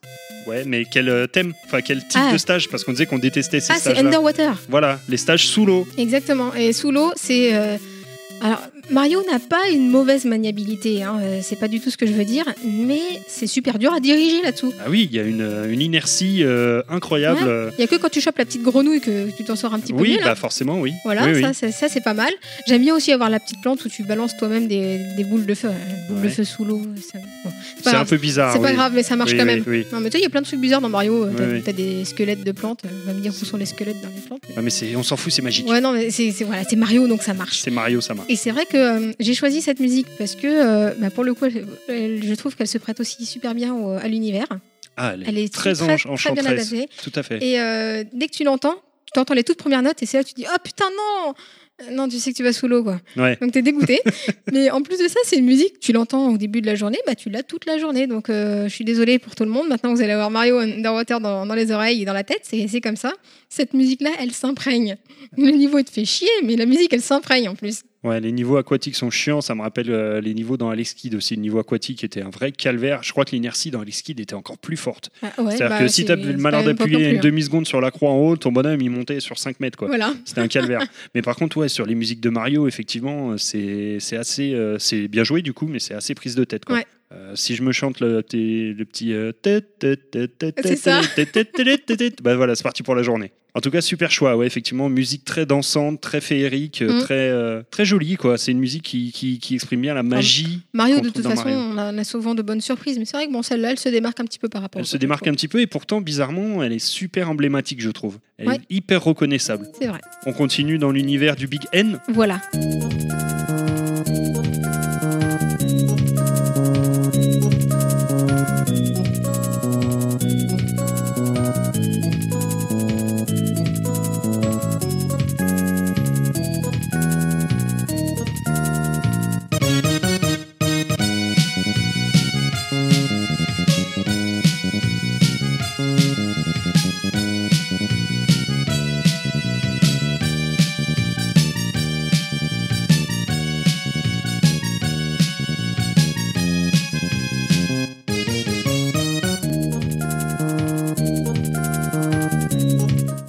Ouais, mais quel euh, thème Enfin quel type
Ah.
de stage Parce qu'on disait qu'on détestait ces
Ah, c'est
stages-là.
Underwater.
Voilà, les stages sous l'eau.
Exactement. Et sous l'eau, c'est. euh, Alors, Mario n'a pas une mauvaise maniabilité, hein, euh, c'est pas du tout ce que je veux dire, mais c'est super dur à diriger là-dessous.
Ah oui, il y a une, euh, une inertie euh, incroyable.
Ouais,
euh.
Il y a que quand tu chopes la petite grenouille que tu t'en sors un petit peu
oui,
mieux là.
bah forcément, oui.
Voilà,
Oui, oui.
ça, ça, ça, c'est pas mal. J'aime bien aussi avoir la petite plante où tu balances toi-même des, des boules de feu. hein, Boules de
Ouais.
feu sous l'eau, ça- bon, c'est
C'est
pas,
un
grave.
peu bizarre.
C'est pas
oui.
grave, mais ça marche
Oui,
quand
oui,
même.
oui.
Non, mais tu sais, il y a plein de trucs bizarres dans Mario. euh,
Oui,
T'as
oui.
t'as des squelettes de plantes. euh, Va me dire où sont les squelettes dans les plantes. mais-
Ah, mais c'est- on s'en fout, c'est magique.
Ouais, non, mais c'est c'est- voilà, c'est Mario, donc ça marche.
C'est Mario, ça marche.
Et c'est vrai que euh, j'ai choisi cette musique parce que, euh, bah, pour le coup, elle- elle- je trouve qu'elle se prête aussi super bien au- à l'univers.
Ah, elle est,
Elle est
très,
très,
en-
très
enchanteresse.
bien adaptée.
Tout à fait.
Et euh, dès que tu l'entends, tu entends les toutes premières notes et c'est là que tu dis Oh putain, non Euh, Non, tu sais que tu vas sous l'eau, quoi.
Ouais.
Donc t'es dégoûté. Mais en plus de ça, c'est une musique, tu l'entends au début de la journée, bah tu l'as toute la journée. Donc euh, je suis désolée pour tout le monde. Maintenant, vous allez avoir Mario Underwater dans, dans les oreilles et dans la tête. C'est c'est comme ça. Cette musique-là, elle s'imprègne. Le niveau, il te fait chier, mais la musique, elle s'imprègne en plus.
Ouais, les niveaux aquatiques sont chiants. Ça me rappelle euh, les niveaux dans Alex Kidd aussi. Le niveau aquatique était un vrai calvaire. Je crois que l'inertie dans Alex Kidd était encore plus forte.
Ah, ouais,
C'est-à-dire
bah,
que si
c'est-
t'as eu le
c'est
malheur
pas la même
d'appuyer
époque
une
non plus,
demi-seconde sur la croix en haut, ton bonhomme il montait sur 5 mètres.
hein.
quoi.
Voilà.
C'était un calvaire. mais par contre, ouais, sur les musiques de Mario, effectivement, euh, c'est c'est assez. euh, c'est bien joué du coup, mais c'est assez prise de tête. Quoi.
Ouais.
Euh, si je me chante le, petit- le petit. euh, tê, tê, tê, tê, tê,
C'est ça.
tê, tê, tê, tê, tê, tê, tê, Bah voilà, c'est parti pour la journée. En tout cas, super choix. Ouais, effectivement, musique très dansante, très féerique, euh,
Mm.
très, euh, très jolie. quoi. C'est une musique qui, qui, qui exprime bien la magie.
Mario, de
qu'on trouve
toute
dans
façon,
Mario.
on a, on a souvent de bonnes surprises. Mais c'est vrai que bon, celle-là, elle se démarque un petit peu par rapport
Elle
aux
se
autres,
démarque
je
un petit peu et pourtant, bizarrement, elle est super emblématique, je trouve. Elle
Ouais.
est hyper reconnaissable.
trouve. C'est vrai.
On continue dans l'univers du Big N.
Voilà.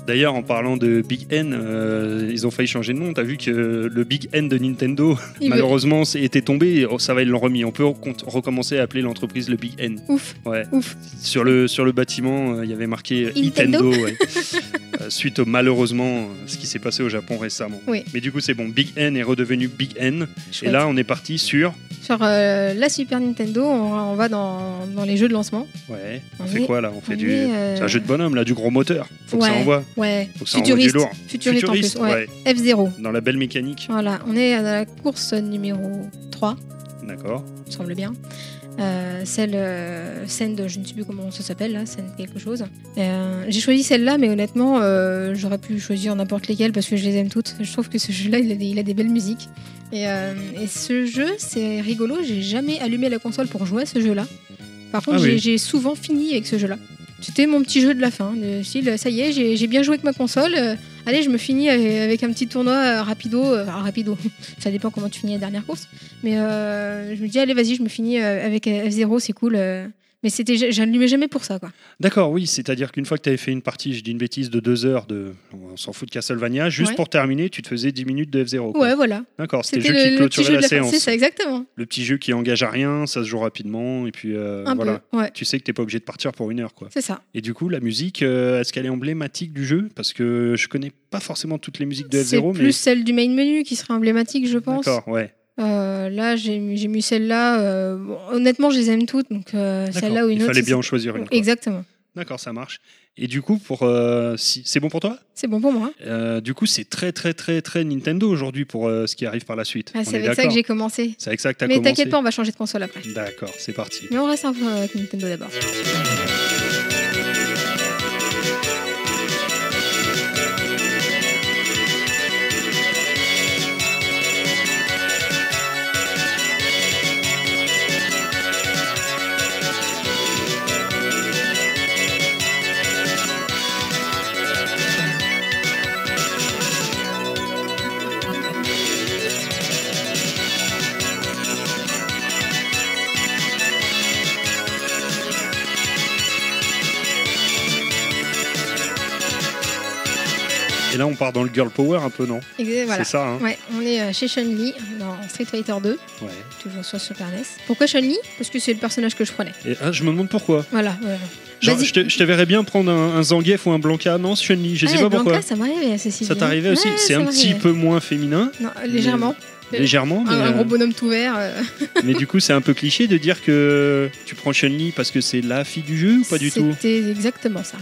D'ailleurs, en parlant de Big N, euh, ils ont failli changer de nom. T'as vu que le Big N de Nintendo,
Il veut-
malheureusement, c'est- était tombé. Oh, Ça va, ils l'ont remis. On peut recon- recommencer à appeler l'entreprise le Big N.
Ouf,
Ouais.
ouf.
Sur le, sur le bâtiment, euh, il y avait marqué
Nintendo.
Nintendo. ouais. Euh, suite au, malheureusement euh, ce qui s'est passé au Japon récemment.
Oui.
Mais du coup, c'est bon. Big N est redevenu Big N. Et
Chouette.
là, on est parti sur.
Sur euh, la Super Nintendo, on, on va dans, dans les jeux de lancement.
Ouais. On,
On
fait
est-
quoi là On fait
on
du.
est, euh,
C'est un jeu de bonhomme là, du gros moteur. Faut que ça
Ouais.
envoie.
Ouais,
Faut que ça envoie du
futuriste.
lourd.
Futuriste en plus, ouais. F0.
Dans la belle mécanique.
Voilà, on est à la course numéro 3,
D'accord.
me semble bien. Euh, celle, euh, scène de, je ne sais plus comment ça s'appelle là, scène quelque chose. Euh, J'ai choisi celle-là, mais honnêtement, euh, j'aurais pu choisir n'importe lesquelles parce que je les aime toutes. Je trouve que ce jeu-là, il, a des- il a des belles musiques. Et, euh, et ce jeu, c'est rigolo. J'ai jamais allumé la console pour jouer à ce jeu-là. Par contre,
Ah
j'ai-
oui.
j'ai souvent fini avec ce jeu-là. C'était mon petit jeu de la fin. De style, ça y est, j'ai j'ai bien joué avec ma console. euh, allez, je me finis avec avec un petit tournoi euh, rapido. euh, enfin, rapido, ça dépend comment tu finis la dernière course. Mais euh, je me dis, allez, vas-y, je me finis euh, avec F0, c'est cool. euh. Mais c'était, j'ai- j'allumais jamais pour ça, quoi.
D'accord, oui, c'est-à-dire qu'une fois que tu avais fait une partie, je dis une bêtise, de deux heures, de... on s'en fout de Castlevania, juste
Ouais.
pour terminer, tu te faisais 10 minutes de F0. quoi.
Ouais, voilà.
D'accord, c'était
C'était
le jeu qui
le, le petit
clôturait
jeu de
la
la fin.
séance. Euh,
C'est ça, exactement.
Le petit jeu qui engage à rien, ça se joue rapidement, et puis euh,
Un
voilà.
peu. Ouais,
Tu sais que t'es pas obligé de partir pour une heure, quoi.
c'est ça.
Et du coup, la musique, euh, est-ce qu'elle est emblématique du jeu Parce que je connais pas forcément toutes les musiques de
C'est
F0,
plus
mais
celle du main menu qui serait emblématique, je pense.
d'accord, ouais.
Euh, là, j'ai mis j'ai mis celle-là. euh, bon, honnêtement, je les aime toutes, donc euh,
D'accord.
celle-là ou une
Il
autre.
fallait
c'est-
bien en choisir une. quoi.
Exactement.
D'accord, ça marche. Et du coup, pour euh, si... c'est bon pour toi
C'est bon pour moi. hein.
Euh, Du coup, c'est très très très très Nintendo aujourd'hui pour euh, ce qui arrive par la suite.
Ah,
On
c'est
est
avec ça
d'accord
que j'ai commencé.
C'est avec ça que t'as
Mais
commencé.
t'inquiète pas, on va changer de console après.
D'accord, c'est parti.
Mais on reste un peu avec Nintendo d'abord.
Et là, on part dans le girl power un peu, non
Et voilà.
C'est ça, hein
Ouais, on est euh, chez Chun-Li dans Street Fighter 2,
ouais.
toujours sur Super NES. Pourquoi Chun-Li Parce que c'est le personnage que je prenais.
Et ah, je me demande pourquoi.
Voilà. voilà.
Genre,
Vas-y.
je, te, je te verrais bien prendre un, un Zangief ou un Blanca, non, Chun-Li, je sais
Ah,
pas
Blanca,
pourquoi.
ça m'arrivait, ceci.
Ça t'arrivait aussi C'est un petit peu moins féminin,
Non, légèrement. Euh,
légèrement, mais,
Un, un
euh,
gros bonhomme tout vert. euh,
mais du coup, c'est un peu cliché de dire que tu prends Chun-Li parce que c'est la fille du jeu ou pas du tout
C'était exactement ça.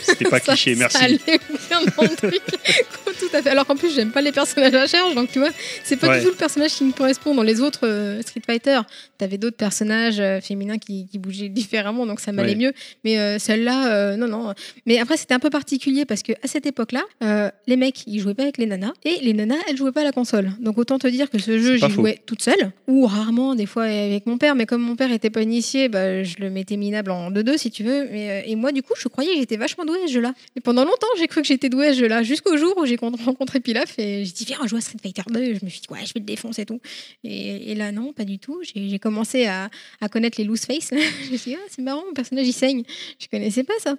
C'était pas
Ça-
cliché,
Ça allait
merci.
bien dans le truc. tout à fait. Alors qu'en plus, j'aime pas les personnages à charge, donc tu vois, c'est pas
Ouais.
du tout le personnage qui me correspond. Dans les autres euh, Street Fighter, t'avais d'autres personnages euh, féminins qui, qui bougeaient différemment, donc ça m'allait
Ouais.
mieux. Mais euh, celle-là, euh, non, non. Mais après, c'était un peu particulier parce que à cette époque-là, euh, les mecs, ils jouaient pas avec les nanas et les nanas, elles jouaient pas à la console. Donc autant te dire que ce jeu,
C'est pas
j'y
faux.
jouais toute seule ou rarement, des fois avec mon père. Mais comme mon père était pas initié, bah, je le mettais minable en 2-2 si tu veux. Mais, euh, et moi, du coup, je croyais que j'étais vachement douée à ce jeu-là. Et pendant longtemps, j'ai cru que j'étais douée à ce jeu-là jusqu'au jour où j'ai con- rencontré Pilaf et j'ai dit viens, on joue à Street Fighter 2. Je me suis dit ouais, je vais le défoncer et tout. Et, et là, non, pas du tout. J'ai j'ai commencé à, à connaître les loose face. je me suis dit ah, c'est marrant, mon personnage il saigne. Je connaissais pas ça.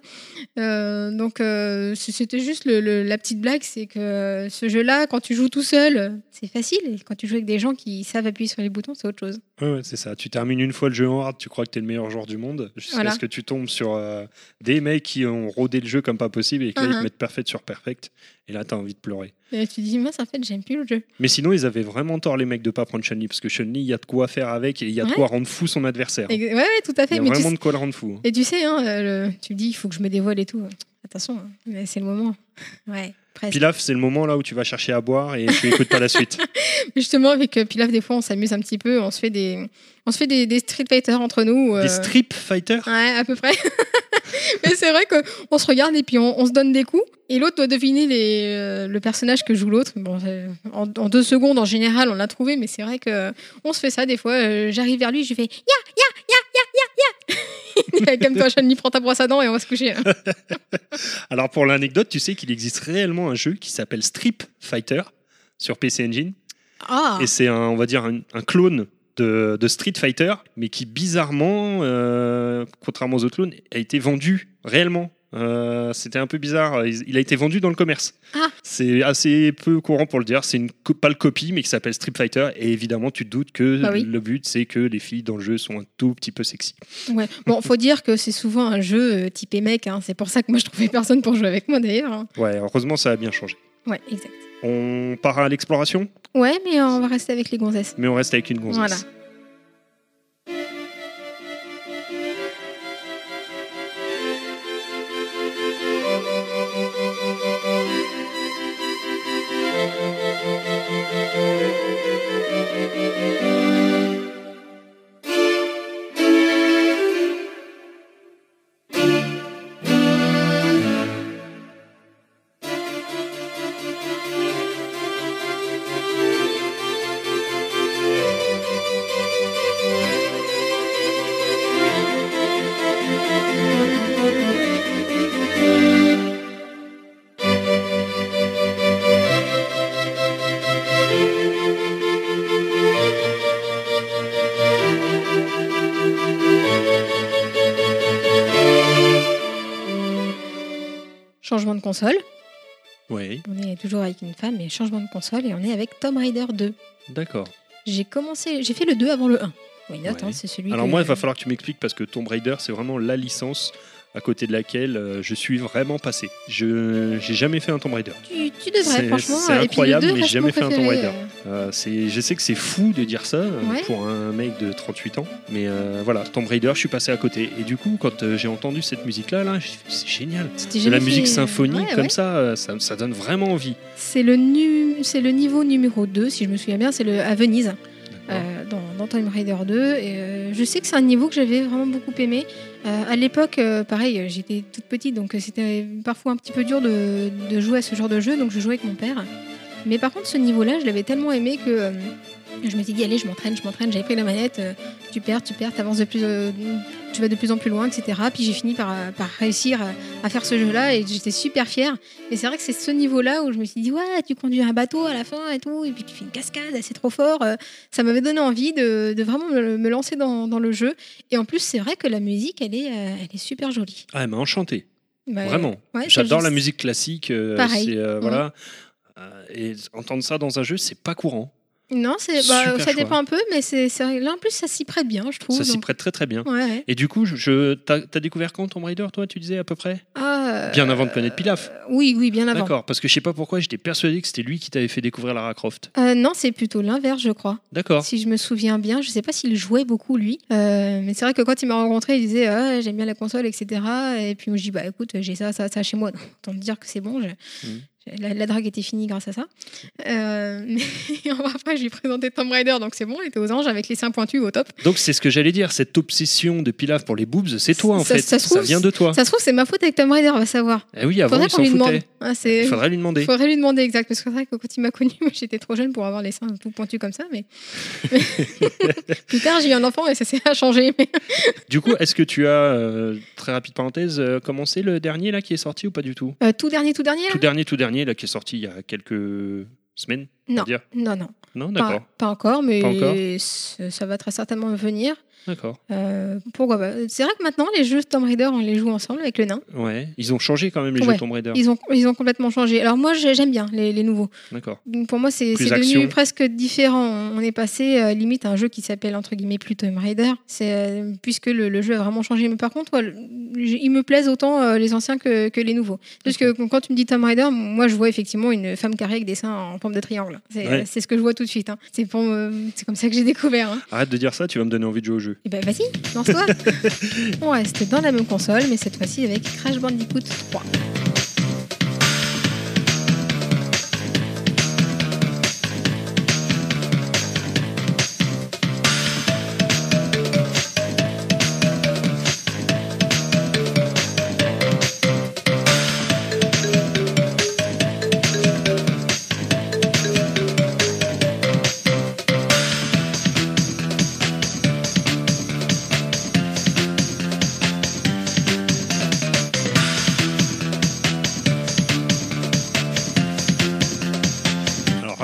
Euh, donc euh, c- c'était juste le- le- la petite blague, c'est que euh, ce jeu-là, quand tu joues tout seul, euh, c'est facile. Et quand tu joues avec des gens qui savent appuyer sur les boutons, c'est autre chose.
Ouais, ouais, c'est ça. Tu termines une fois le jeu en hard, tu crois que t'es le meilleur joueur du monde, jusqu'à
Voilà.
ce que tu tombes sur euh, des mecs qui ont rodé le jeu comme pas possible et qui
Mhm.
te mettent perfect sur perfect. Et là, t'as envie de pleurer.
Et tu te dis mince, en fait, j'aime plus le jeu.
Mais sinon, ils avaient vraiment tort, les mecs, de pas prendre Chun-Li, parce que Chun-Li, il y a de quoi faire avec et il y a de
Ouais.
quoi rendre fou son adversaire.
Et-
Il
ouais, ouais, tout à
y
fait.
a
Mais tu,
vraiment de quoi le rendre fou. hein.
et tu sais, hein, euh, le- tu dis il faut que je me dévoile et tout. Attention, hein, mais c'est le moment. Ouais, presque.
Pilaf, c'est le moment là où tu vas chercher à boire et tu écoutes pas la suite.
Justement, avec euh, Pilaf, des fois, on s'amuse un petit peu. On se fait des, on se fait des, des Street Fighter entre nous. euh,
Des strip fighters
Ouais, à peu près. Mais c'est vrai qu'on se regarde et puis on, on se donne des coups. Et l'autre doit deviner les, euh, le personnage que joue l'autre. Bon, euh, en, en deux secondes, en général, on l'a trouvé, mais c'est vrai que euh, on se fait ça des fois. Euh, J'arrive vers lui, je lui fais Ya, ya, ya, ya, ya, ya. Comme toi, Chun-Li, prends ta brosse à dents et on va se coucher. hein.
Alors, pour l'anecdote, tu sais qu'il existe réellement un jeu qui s'appelle Strip Fighter sur PC Engine.
Ah,
Et c'est, un, on va dire, un, un clone de, de Street Fighter, mais qui, bizarrement, euh, contrairement aux autres clones, a été vendu réellement Euh, C'était un peu bizarre. Il il a été vendu dans le commerce.
Ah.
C'est assez peu courant pour le dire. C'est une co- pas le copie, mais qui s'appelle Street Fighter. Et évidemment, tu te doutes que
Bah oui.
le but, c'est que les filles dans le jeu sont un tout petit peu sexy.
Ouais. Bon, faut dire que c'est souvent un jeu euh, typé mec. hein. C'est pour ça que moi je trouvais personne pour jouer avec moi d'ailleurs. hein.
Ouais, heureusement, ça a bien changé.
Ouais, exact.
On part à l'exploration,
Ouais, mais euh, on va rester avec les gonzesses.
mais on reste avec une gonzesse.
Voilà. Changement de console.
Oui,
On est toujours avec une femme, mais changement de console et on est avec Tomb Raider 2.
d'accord.
J'ai commencé, j'ai fait le 2 avant le 1. Oui, note,
Ouais.
hein, c'est celui.
Alors
que-
moi, il va falloir que tu m'expliques parce que Tomb Raider, c'est vraiment la licence à côté de laquelle euh, je suis vraiment passé. Je j'ai jamais fait un Tomb Raider.
Tu, tu
C'est-
devrais, franchement.
c'est
euh, et puis
incroyable,
le deux
mais j'ai
reste
jamais
mon
fait un Tomb
préféré,
Raider. Euh, c'est je sais que c'est fou de dire ça euh,
Ouais.
pour un mec de 38 ans, mais euh, voilà, Tomb Raider, je suis passé à côté. Et du coup, quand euh, j'ai entendu cette musique là, là, j'ai fait, c'est génial.
euh, c'était
De la
jamais
musique
fait-
symphonique
Ouais,
comme
ouais.
ça, euh, ça, ça donne vraiment envie.
C'est le, nu- c'est le niveau numéro 2, si je me souviens bien, c'est le à Venise, euh, dans, dans Tomb Raider 2. Et, euh, je sais que c'est un niveau que j'avais vraiment beaucoup aimé. Euh, à l'époque, euh, pareil, euh, j'étais toute petite, donc euh, c'était parfois un petit peu dur de, de jouer à ce genre de jeu, donc je jouais avec mon père. Mais par contre, ce niveau-là, je l'avais tellement aimé que euh, je m'étais dit, allez, je m'entraîne, je m'entraîne, j'avais pris la manette, euh, tu perds, tu perds, t'avances de plus, euh, tu vas de plus en plus loin, etc. Puis j'ai fini par, euh, par réussir à, à faire ce jeu-là et j'étais super fière. Et c'est vrai que c'est ce niveau-là où je me suis dit, ouais, tu conduis un bateau à la fin et tout, et puis tu fais une cascade, c'est trop fort. Euh, Ça m'avait donné envie de, de vraiment me, me lancer dans, dans le jeu. Et en plus, c'est vrai que la musique, elle est, euh, elle est super jolie.
Ah, elle m'a enchanté,
Bah,
vraiment.
ouais,
J'adore
je-
la musique classique. euh,
Pareil.
c'est, euh, voilà. Euh, Et entendre ça dans un jeu, c'est pas courant.
Non, c'est, bah,
Super
ça
choix.
dépend un peu, mais c'est, c'est- là en plus, ça s'y prête bien, je trouve.
Ça s'y
donc-
prête très très bien.
Ouais, ouais.
Et du coup, je- je, t'as t'as découvert quand Tomb Raider, toi, tu disais à peu près
Ah, euh,
Bien avant de connaître Pilaf.
Oui, oui, bien avant.
D'accord, parce que je sais pas pourquoi, j'étais persuadé que c'était lui qui t'avait fait découvrir Lara Croft.
Euh, non, c'est plutôt l'inverse, je crois.
D'accord.
Si je me souviens bien, je sais pas s'il jouait beaucoup lui, Euh, mais c'est vrai que quand il m'a rencontré, il disait Ah, j'aime bien la console, etc. Et puis moi je dis bah écoute, j'ai ça, ça, ça chez moi. Donc, Autant te dire que c'est bon. je-
Mhm.
je- La, la drague était finie grâce à ça. Euh, mais après, je lui ai présenté Tomb Raider, donc c'est bon, il était aux anges avec les seins pointus au top.
Donc c'est ce que j'allais dire, cette obsession de Pilaf pour les boobs, c'est toi en
Ça-
fait.
ça se trouve,
vient de toi.
Ça se trouve, c'est ma faute avec Tomb Raider, on va savoir.
Eh oui, avant
Faudrait
il
qu'on
s'en
lui demande.
foutait.
Hein, c'est-
Il faudrait lui demander.
Faudrait lui demander exact, parce que c'est vrai que quand il m'a connue, moi, j'étais trop jeune pour avoir les seins tout pointus comme ça, mais. Plus tard, j'ai eu un enfant et ça s'est changé. Mais...
Du coup, est-ce que tu as, euh, très rapide parenthèse, euh, commencé le dernier là qui est sorti ou pas du tout
Euh, tout dernier, tout dernier là
Tout dernier, tout dernier là qui est sorti il y a quelques semaines on va
Non.
dire.
Non, non.
Non,
Pas,
d'accord.
pas encore, mais
Pas encore.
c- ça va très certainement venir.
D'accord.
Euh, pourquoi pas C'est vrai que maintenant, les jeux Tomb Raider, on les joue ensemble avec le nain.
Ouais. Ils ont changé quand même les
Ouais.
jeux Tomb Raider.
Ils ont, ils ont complètement changé. Alors moi, j'ai- j'aime bien les, les nouveaux.
D'accord.
Donc, pour moi, c'est
Plus
c'est devenu
action.
presque différent. On est passé euh, limite à un jeu qui s'appelle entre guillemets plus Tomb Raider, C'est, euh, puisque le, le jeu a vraiment changé. Mais par contre, ouais, le- j'ai- ils me plaisent autant euh, les anciens que, que les nouveaux. Parce que quand tu me dis Tomb Raider, moi je vois effectivement une femme carrée avec des seins en forme de triangle. C'est
Ouais.
euh, c'est ce que je vois tout de suite. hein. C'est pour me- c'est comme ça que j'ai découvert. hein.
Arrête de dire ça, tu vas me donner envie de jouer au jeu.
Et ben vas-y, lance-toi On reste dans la même console, mais cette fois-ci avec Crash Bandicoot 3.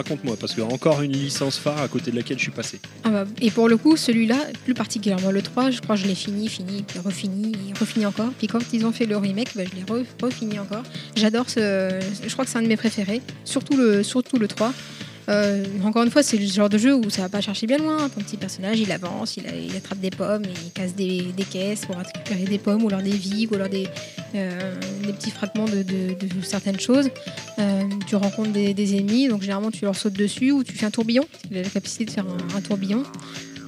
que moi, parce que encore une licence phare à côté de laquelle je suis passé.
Ah bah, et pour le coup, celui-là, plus particulièrement le 3, je crois que je l'ai fini, fini, puis refini, refini encore. Puis quand ils ont fait le remake, bah, je l'ai re- refini encore. J'adore ce. Je crois que c'est un de mes préférés, surtout le, surtout le 3. Euh, encore une fois, c'est le genre de jeu où ça va pas chercher bien loin. Ton petit personnage, il avance, il, a- il attrape des pommes, il casse des, des caisses pour récupérer des pommes ou alors des vigues ou alors des, euh, des petits fragments de, de- de certaines choses. Euh, tu rencontres des, des ennemis, donc généralement tu leur sautes dessus ou tu fais un tourbillon. Il a la capacité de faire un, un tourbillon.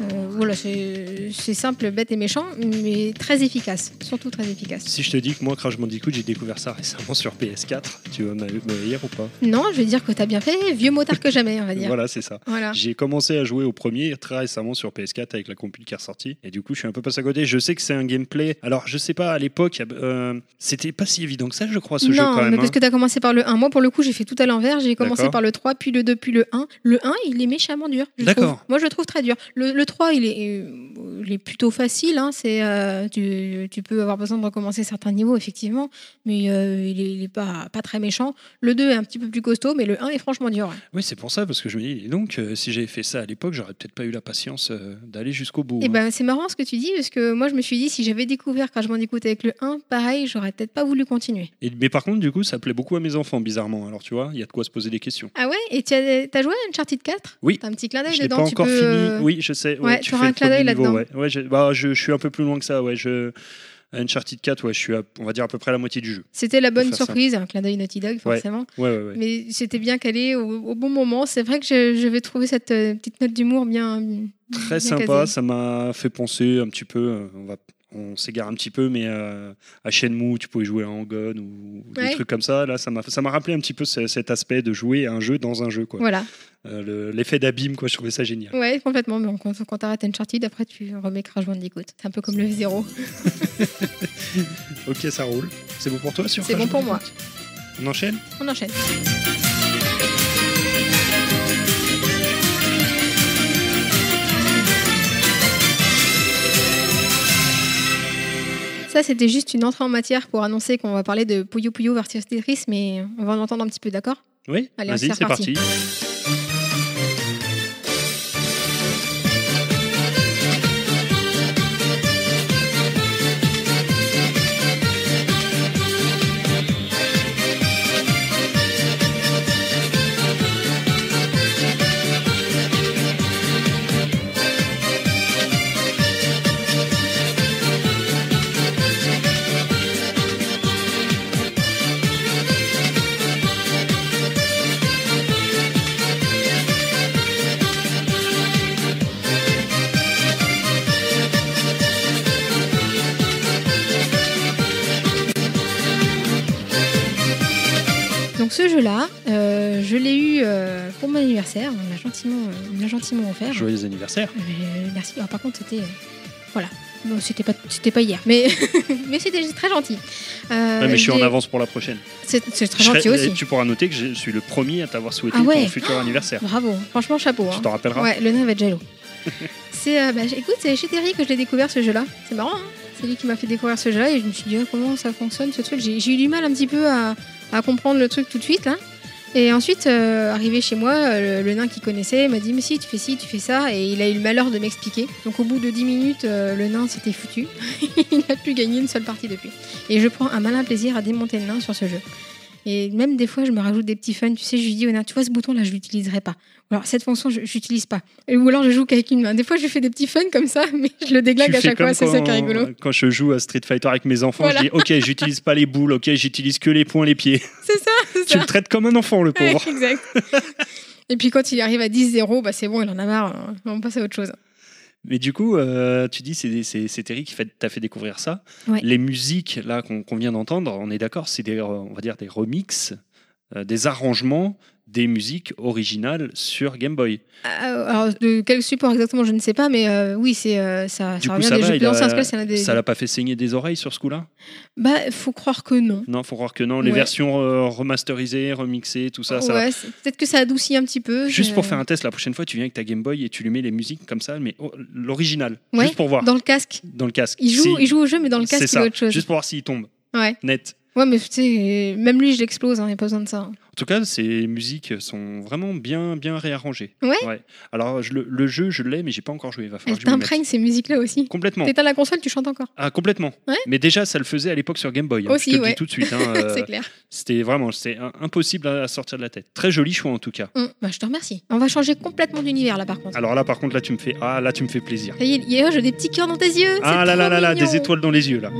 Euh, voilà, c'est c'est simple, bête et méchant, mais très efficace. Surtout très efficace.
Si je te dis que moi, Crash Bandicoot, j'ai découvert ça récemment sur PS4, tu vas me me haïr ou pas
Non, je vais dire que t'as bien fait, vieux motard que jamais, on va dire.
Voilà, c'est ça.
Voilà.
J'ai commencé à jouer au premier très récemment sur PS4 avec la compil qui est ressortie. Et du coup, je suis un peu passé à côté. Je sais que c'est un gameplay. Alors, je sais pas, à l'époque, euh, c'était pas si évident que ça, je crois, ce
non,
jeu quand
mais
même.
parce
hein.
que t'as commencé par le 1. Moi, pour le coup, j'ai fait tout à l'envers. J'ai commencé
D'accord.
par le 3, puis le 2, puis le 1. Le 1, il est méchamment dur. je
D'accord.
trouve. Moi, je le trouve très dur. Le, le 3, il est, euh, il est plutôt facile. hein, C'est, euh, tu, tu peux avoir besoin de recommencer certains niveaux, effectivement. Mais euh, il est, il est pas, pas très méchant. Le 2 est un petit peu plus costaud, mais le 1 est franchement dur. ouais.
Oui, c'est pour ça, parce que je me dis, et donc, euh, si j'avais fait ça à l'époque, j'aurais peut-être pas eu la patience euh, d'aller jusqu'au bout.
Et
hein.
ben, c'est marrant ce que tu dis, parce que moi, je me suis dit, si j'avais découvert quand je m'en écoute avec le 1, pareil, j'aurais peut-être pas voulu continuer.
Et- mais par contre, du coup, ça plaît beaucoup à mes enfants, bizarrement. Alors, tu vois, il y a de quoi se poser des questions.
Ah ouais Et tu as, t'as joué à Uncharted 4
Oui.
T'as un petit clin d'œil
Je l'ai
dedans.
pas
Ah, tu
encore
peux, euh,
fini. Oui, je sais.
ouais,
tu
tu auras
fais
un
le
clin d'œil
premier niveau,
là-dedans.
ouais. Ouais, je, bah, je, je suis un peu plus loin que ça. Ouais, je, Uncharted 4, ouais, je suis à, on va dire à peu près à la moitié du jeu.
C'était la bonne
faire ça.
surprise, un clin d'œil Naughty Dog, forcément.
Ouais, ouais, ouais.
Mais c'était bien calé au, au bon moment. C'est vrai que je, je vais trouver cette euh, petite note d'humour bien.
Très
Mm, bien
sympa,
casée.
ça m'a fait penser un petit peu, euh, on va on s'égare un petit peu, mais euh, à Shenmue, tu pouvais jouer à Angon ou, ou
Ouais.
des trucs comme ça. Là, ça m'a ça m'a rappelé un petit peu ce- cet aspect de jouer à un jeu dans un jeu. quoi.
Voilà,
Euh, le- L'effet d'abîme, quoi, je trouvais ça génial.
ouais, complètement. Mais on- quand, quand t'arrêtes Uncharted, après tu remets Crash Bandicoot. C'est un peu comme le zéro.
Ok, ça roule. C'est bon pour toi sur
C'est
Crash
bon pour moi.
Bandicoot On enchaîne
On enchaîne. Ça, c'était juste une entrée en matière pour annoncer qu'on va parler de Puyo Puyo versus Tetris, mais on va en entendre un petit peu, d'accord
Oui
Allez,
Vas-y,
c'est
c'est parti.
reparti. Donc ce jeu-là, euh, je l'ai eu euh, pour mon anniversaire. On me l'a gentiment, euh, on me l'a gentiment offert.
Joyeux anniversaire.
Euh, merci. Ah, par contre, c'était. euh, voilà. Non, c'était pas, c'était pas hier, mais, mais c'était très gentil. Euh,
Ouais, mais je suis en
j'ai-
avance pour la prochaine.
C'est c'est très
Je serai-
gentil
et
aussi.
Tu pourras noter que je suis le premier à t'avoir souhaité
Ah ouais.
ton futur anniversaire.
Bravo. Franchement, chapeau.
Tu
hein.
t'en rappelleras
Ouais, le nain va être jaloux. c'est, euh, bah, j- écoute, c'est chez Terry que je l'ai découvert ce jeu-là. C'est marrant. hein. c'est lui qui m'a fait découvrir ce jeu-là et je me suis dit Ah, comment ça fonctionne ce truc. J'ai j'ai eu du mal un petit peu à, à comprendre le truc tout de suite là. Et ensuite, euh, arrivé chez moi, euh, le, le nain qui connaissait m'a dit Mais si, tu fais ci, tu fais ça. Et il a eu le malheur de m'expliquer. Donc, au bout de 10 minutes, euh, le nain s'était foutu. il n'a plus gagné une seule partie depuis. Et je prends un malin plaisir à démonter le nain sur ce jeu. Et même des fois, je me rajoute des petits fun. Tu sais, je lui dis au nain Tu vois ce bouton-là, je l'utiliserai pas. Ou alors, cette fonction, je n'utilise pas. Et- Ou alors, je joue qu'avec une main. Des fois, je lui fais des petits fun comme ça, mais je le déglingue
Tu
à
fais
chaque fois.
comme
C'est ça qui est rigolo.
quand- Quand je joue à Street Fighter avec mes enfants,
Voilà.
je dis ok, j'utilise pas les boules, ok, j'utilise que les poings, les pieds.
C'est ça, c'est
tu
ça.
le traites comme un enfant, le
Ouais,
pauvre.
exact. Et puis quand il arrive à 10-0, bah c'est bon, il en a marre, hein. on passe à autre chose.
Mais du coup, euh, tu dis c'est c'est c'est Terry qui fait- t'a fait découvrir ça.
Ouais.
Les musiques là qu'on qu'on vient d'entendre, on est d'accord, c'est des euh, on va dire des remixes, euh, des arrangements des musiques originales sur Game Boy.
Euh, alors de quel support exactement, je ne sais pas, mais euh, oui, c'est euh, ça,
Du coup,
ça revient
ça
des
va,
jeux
il
plus
a-
anciens. parce que c'est un des-
Ça l'a pas fait saigner des oreilles sur ce coup-là
Bah faut croire que non.
Non, faut croire que non. Les
Ouais.
versions euh, remasterisées, remixées, tout ça, ça
ouais, c'est- peut-être que ça adoucit un petit peu. euh,
Juste
je-
pour faire un test, la prochaine fois, tu viens avec ta Game Boy et tu lui mets les musiques comme ça, mais oh, l'original,
Ouais,
juste pour voir dans,
Dans le casque.
le casque.
Il joue,
Si-
il joue au jeu, mais dans le
c'est
casque, il
ça,
a autre chose.
Juste pour voir s'il tombe
Ouais.
net.
ouais, mais tu sais, même lui, je l'explose, hein, il n'y a pas besoin de ça. hein.
De toute tout cas, ces musiques sont vraiment bien, bien réarrangées.
Ouais.
Alors, je le, le jeu, je l'ai, mais j'ai pas encore joué. Il va falloir
Elles
que je m'y mette.
t'imprègnent ces musiques-là aussi.
Complètement.
T'éteins la console, tu chantes encore.
Ah, complètement.
Ouais.
Mais déjà, ça le faisait à l'époque sur Game Boy. hein,
Aussi,
je te le
ouais.
dis tout de suite. hein, euh,
C'est clair.
C'était vraiment, c'était un- impossible à à sortir de la tête. Très joli choix en tout cas.
Hum, bah, je te remercie. On va changer complètement d'univers là par contre.
Alors là, par contre, là, tu me fais, ah, là, tu me fais plaisir.
Ça y est, Yéo, j'ai des petits cœurs dans tes yeux. c'est
Ah là
trop
là là là,
mignon.
des étoiles dans les yeux là.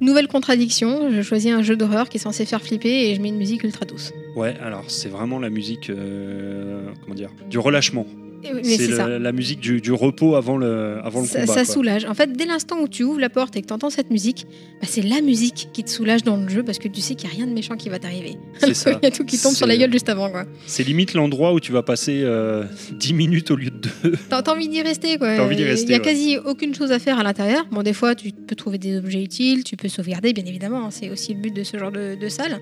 Nouvelle contradiction, je choisis un jeu d'horreur qui est censé faire flipper et je mets une musique ultra douce.
Ouais, alors c'est vraiment la musique, euh, comment dire, du relâchement.
Et oui, Mais
C'est
c'est
le-
ça.
la musique du, du repos avant le, avant le
Ça,
combat.
ça
quoi.
soulage. En fait, dès l'instant où tu ouvres la porte et que tu entends cette musique, bah, c'est la musique qui te soulage dans le jeu parce que tu sais qu'il n'y a rien de méchant qui va t'arriver.
C'est ça.
Il y a tout qui tombe sur la
C'est-
gueule juste avant. quoi.
C'est limite l'endroit où tu vas passer euh, 10 minutes au lieu de 2.
T'as t'as envie d'y rester. quoi.
T'as envie d'y
Il n'y
rester,
a
ouais.
quasi aucune chose à faire à l'intérieur. Bon, des fois, tu peux trouver des objets utiles, tu peux sauvegarder, bien évidemment. hein, C'est aussi le but de ce genre de, de salle.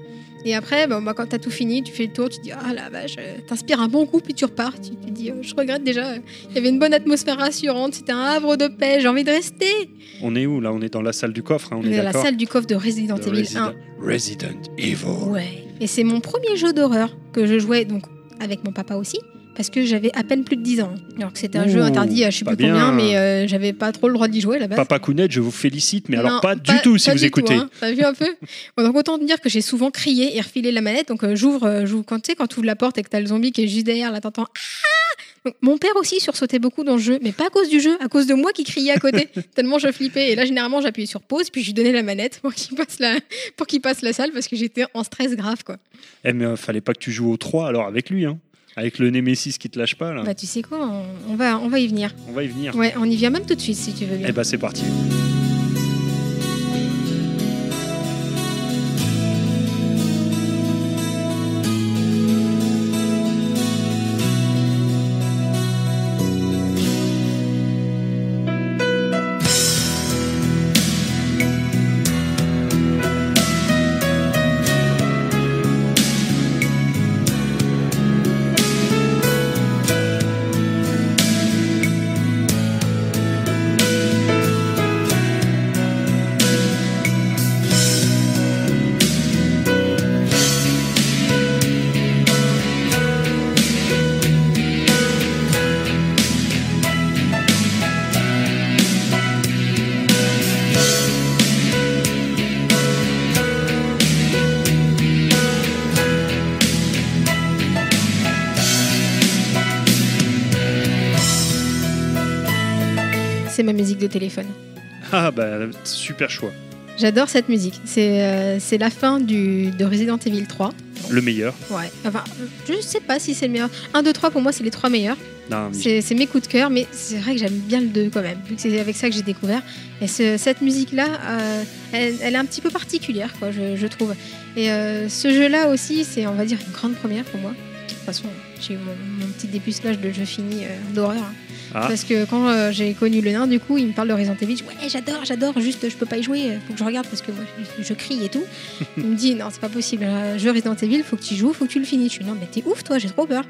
Et après, bon, bah, quand t'as tout fini, tu fais le tour, tu dis Ah la vache, euh, t'inspires un bon coup, puis tu repars. Tu te dis Oh, Je regrette déjà, euh, il y avait une bonne atmosphère rassurante, c'était un havre de paix, j'ai envie de rester.
On est où là On est dans la salle du coffre, hein, on
On est
est
dans la
d'accord
salle du coffre hein. de Resident
De
Evil 1.
Resident, Resident Evil.
Ouais. Et c'est mon premier jeu d'horreur que je jouais donc avec mon papa aussi. Parce que j'avais à peine plus de 10 ans. Alors que c'était un
Ouh,
jeu interdit à je sais
pas
plus combien,
bien.
mais euh, j'avais pas trop le droit d'y jouer à la base.
Papa Kounet, je vous félicite, mais
Non,
alors pas, du tout si
pas
vous
du tout,
écoutez.
hein. T'as vu un peu Bon, Donc autant te dire que j'ai souvent crié et refilé la manette. Donc euh, j'ouvre, euh, j'ouvre- quand tu sais, quand tu ouvres la porte et que t'as le zombie qui est juste derrière, là t'entends. Ah Donc, mon père aussi sursautait beaucoup dans le jeu, mais pas à cause du jeu, à cause de moi qui criais à côté, tellement je flippais. Et là, généralement, j'appuyais sur pause, puis je lui donnais la manette pour qu'il passe la, pour qu'il passe la salle, parce que j'étais en stress grave. Quoi.
Eh mais euh, fallait pas que tu joues au 3 alors avec lui, hein. Avec le Nemesis qui te lâche pas là.
Bah, tu sais quoi, on, on va, on va y venir.
On va y venir.
Ouais, on y vient même tout de suite si tu veux bien.
Eh bah c'est parti.
C'est ma musique de téléphone.
Ah bah super choix.
J'adore cette musique. C'est euh, c'est la fin du, de Resident Evil 3.
Le meilleur.
Ouais, enfin, je sais pas si c'est le meilleur. 1, 2, 3, pour moi, c'est les trois meilleurs.
Non, mais-
C'est c'est mes coups de cœur, mais c'est vrai que j'aime bien le 2 quand même, vu que c'est avec ça que j'ai découvert. Et ce- cette musique-là, euh, elle, elle est un petit peu particulière, quoi, je, je trouve. Et euh, ce jeu-là aussi, c'est, on va dire, une grande première pour moi. De toute façon, j'ai eu mon, mon petit dépucelage de jeu fini euh, d'horreur. hein.
Ah.
Parce que quand euh, j'ai connu le nain, du coup, il me parle de Resident Evil. Je dis, Ouais, j'adore, j'adore, juste je peux pas y jouer, euh, faut que je regarde parce que moi je, je crie et tout. il me dit Non, c'est pas possible, euh, jeu Resident Evil, faut que tu y joues, faut que tu le finisses. Je lui dis Non, mais t'es ouf, toi, j'ai trop peur.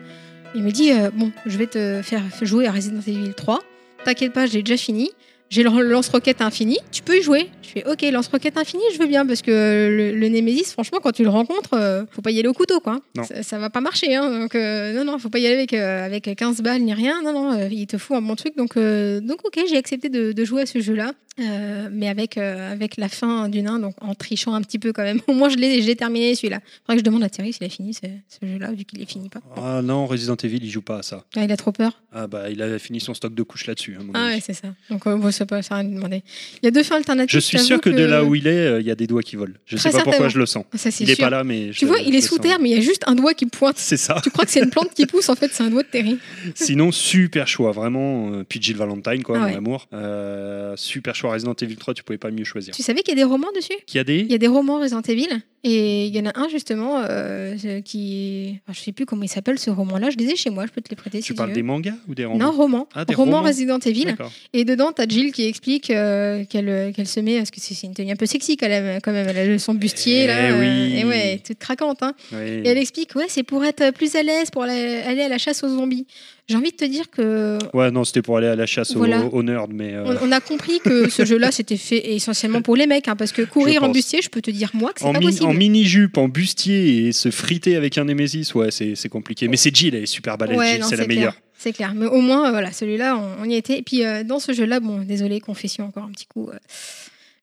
Il me dit euh, Bon, je vais te faire jouer à Resident Evil 3. T'inquiète pas, je l'ai déjà fini. J'ai le lance-roquette infini, tu peux y jouer. Je fais ok, lance-roquette infini, je veux bien, parce que le, le Nemesis, franchement, quand tu le rencontres, euh, faut pas y aller au couteau, quoi.
Non.
Ça, ça va pas marcher, hein, donc euh, non, non, faut pas y aller avec, euh, avec 15 balles ni rien. Non, non, euh, il te fout un bon truc, donc, euh, donc ok, j'ai accepté de, de jouer à ce jeu-là, euh, mais avec, euh, avec la fin du nain, donc en trichant un petit peu quand même. Au moins, je l'ai je l'ai terminé celui-là. Faudrait que je demande à Thierry s'il a fini ce, ce jeu-là, vu qu'il les finit pas.
Ah non, Resident Evil, il joue pas à ça.
Ah, il a trop peur.
Ah bah il a fini son stock de couches là-dessus. hein, à mon
Ah
avis.
ouais, c'est ça. Donc euh, bon, ça peut faire rien de demander. Il y a deux fins alternatives.
je suis
t'avoue
sûr que, de là où il est, euh, il y a des doigts qui volent. Je
Très
sais pas pourquoi
certainement.
je le sens.
Ah, Ça, c'est
Il est
sûr.
pas là, mais je
Tu vois,
je
il est
le
sous
sens.
terre, mais il y a juste un doigt qui pointe.
C'est ça.
Tu crois que c'est une plante qui pousse, en fait, c'est un doigt de Terry.
Sinon, super choix, vraiment. euh, Puis Jill Valentine, quoi,
Ah
mon
ouais.
amour. Euh, super choix. Resident Evil 3, tu pouvais pas mieux choisir.
Tu savais qu'il y a des romans dessus
Qui a des
Il y a des romans Resident Evil, et il y en a un justement euh, ce qui. enfin, je sais plus comment il s'appelle ce roman-là, je les ai chez moi, je peux te les prêter si
Tu
tu
parles
veux.
des mangas ou des romans
Non, roman.
Ah, des
roman
romans.
Resident Evil.
D'accord.
Et dedans, t'as Jill Deadpool qui explique euh, qu'elle qu'elle se met, parce que c'est c'est une tenue un peu sexy quand même, quand même. Elle a son bustier
Eh
là, euh,
oui.
et ouais, toute craquante. Hein.
Oui.
Et elle explique, ouais, c'est pour être plus à l'aise, pour aller, aller à la chasse aux zombies. J'ai envie de te dire que
Ouais, non, c'était pour aller à la chasse
Voilà.
au, au nerd, mais euh,
on, on a compris que ce jeu-là c'était fait essentiellement pour les mecs, hein, parce que courir en
pense.
bustier, je peux te dire moi que c'est
en,
pas
mi-
possible.
en mini-jupe, en bustier et se friter avec un Nemesis, ouais, c'est c'est compliqué. Mais c'est Jill, elle est super balèze,
Ouais,
Jill,
non,
c'est la
clair.
meilleure.
C'est clair, mais au moins, euh, voilà, celui-là, on, on y était. Et puis, euh, dans ce jeu-là, bon, désolé, confession encore un petit coup, euh,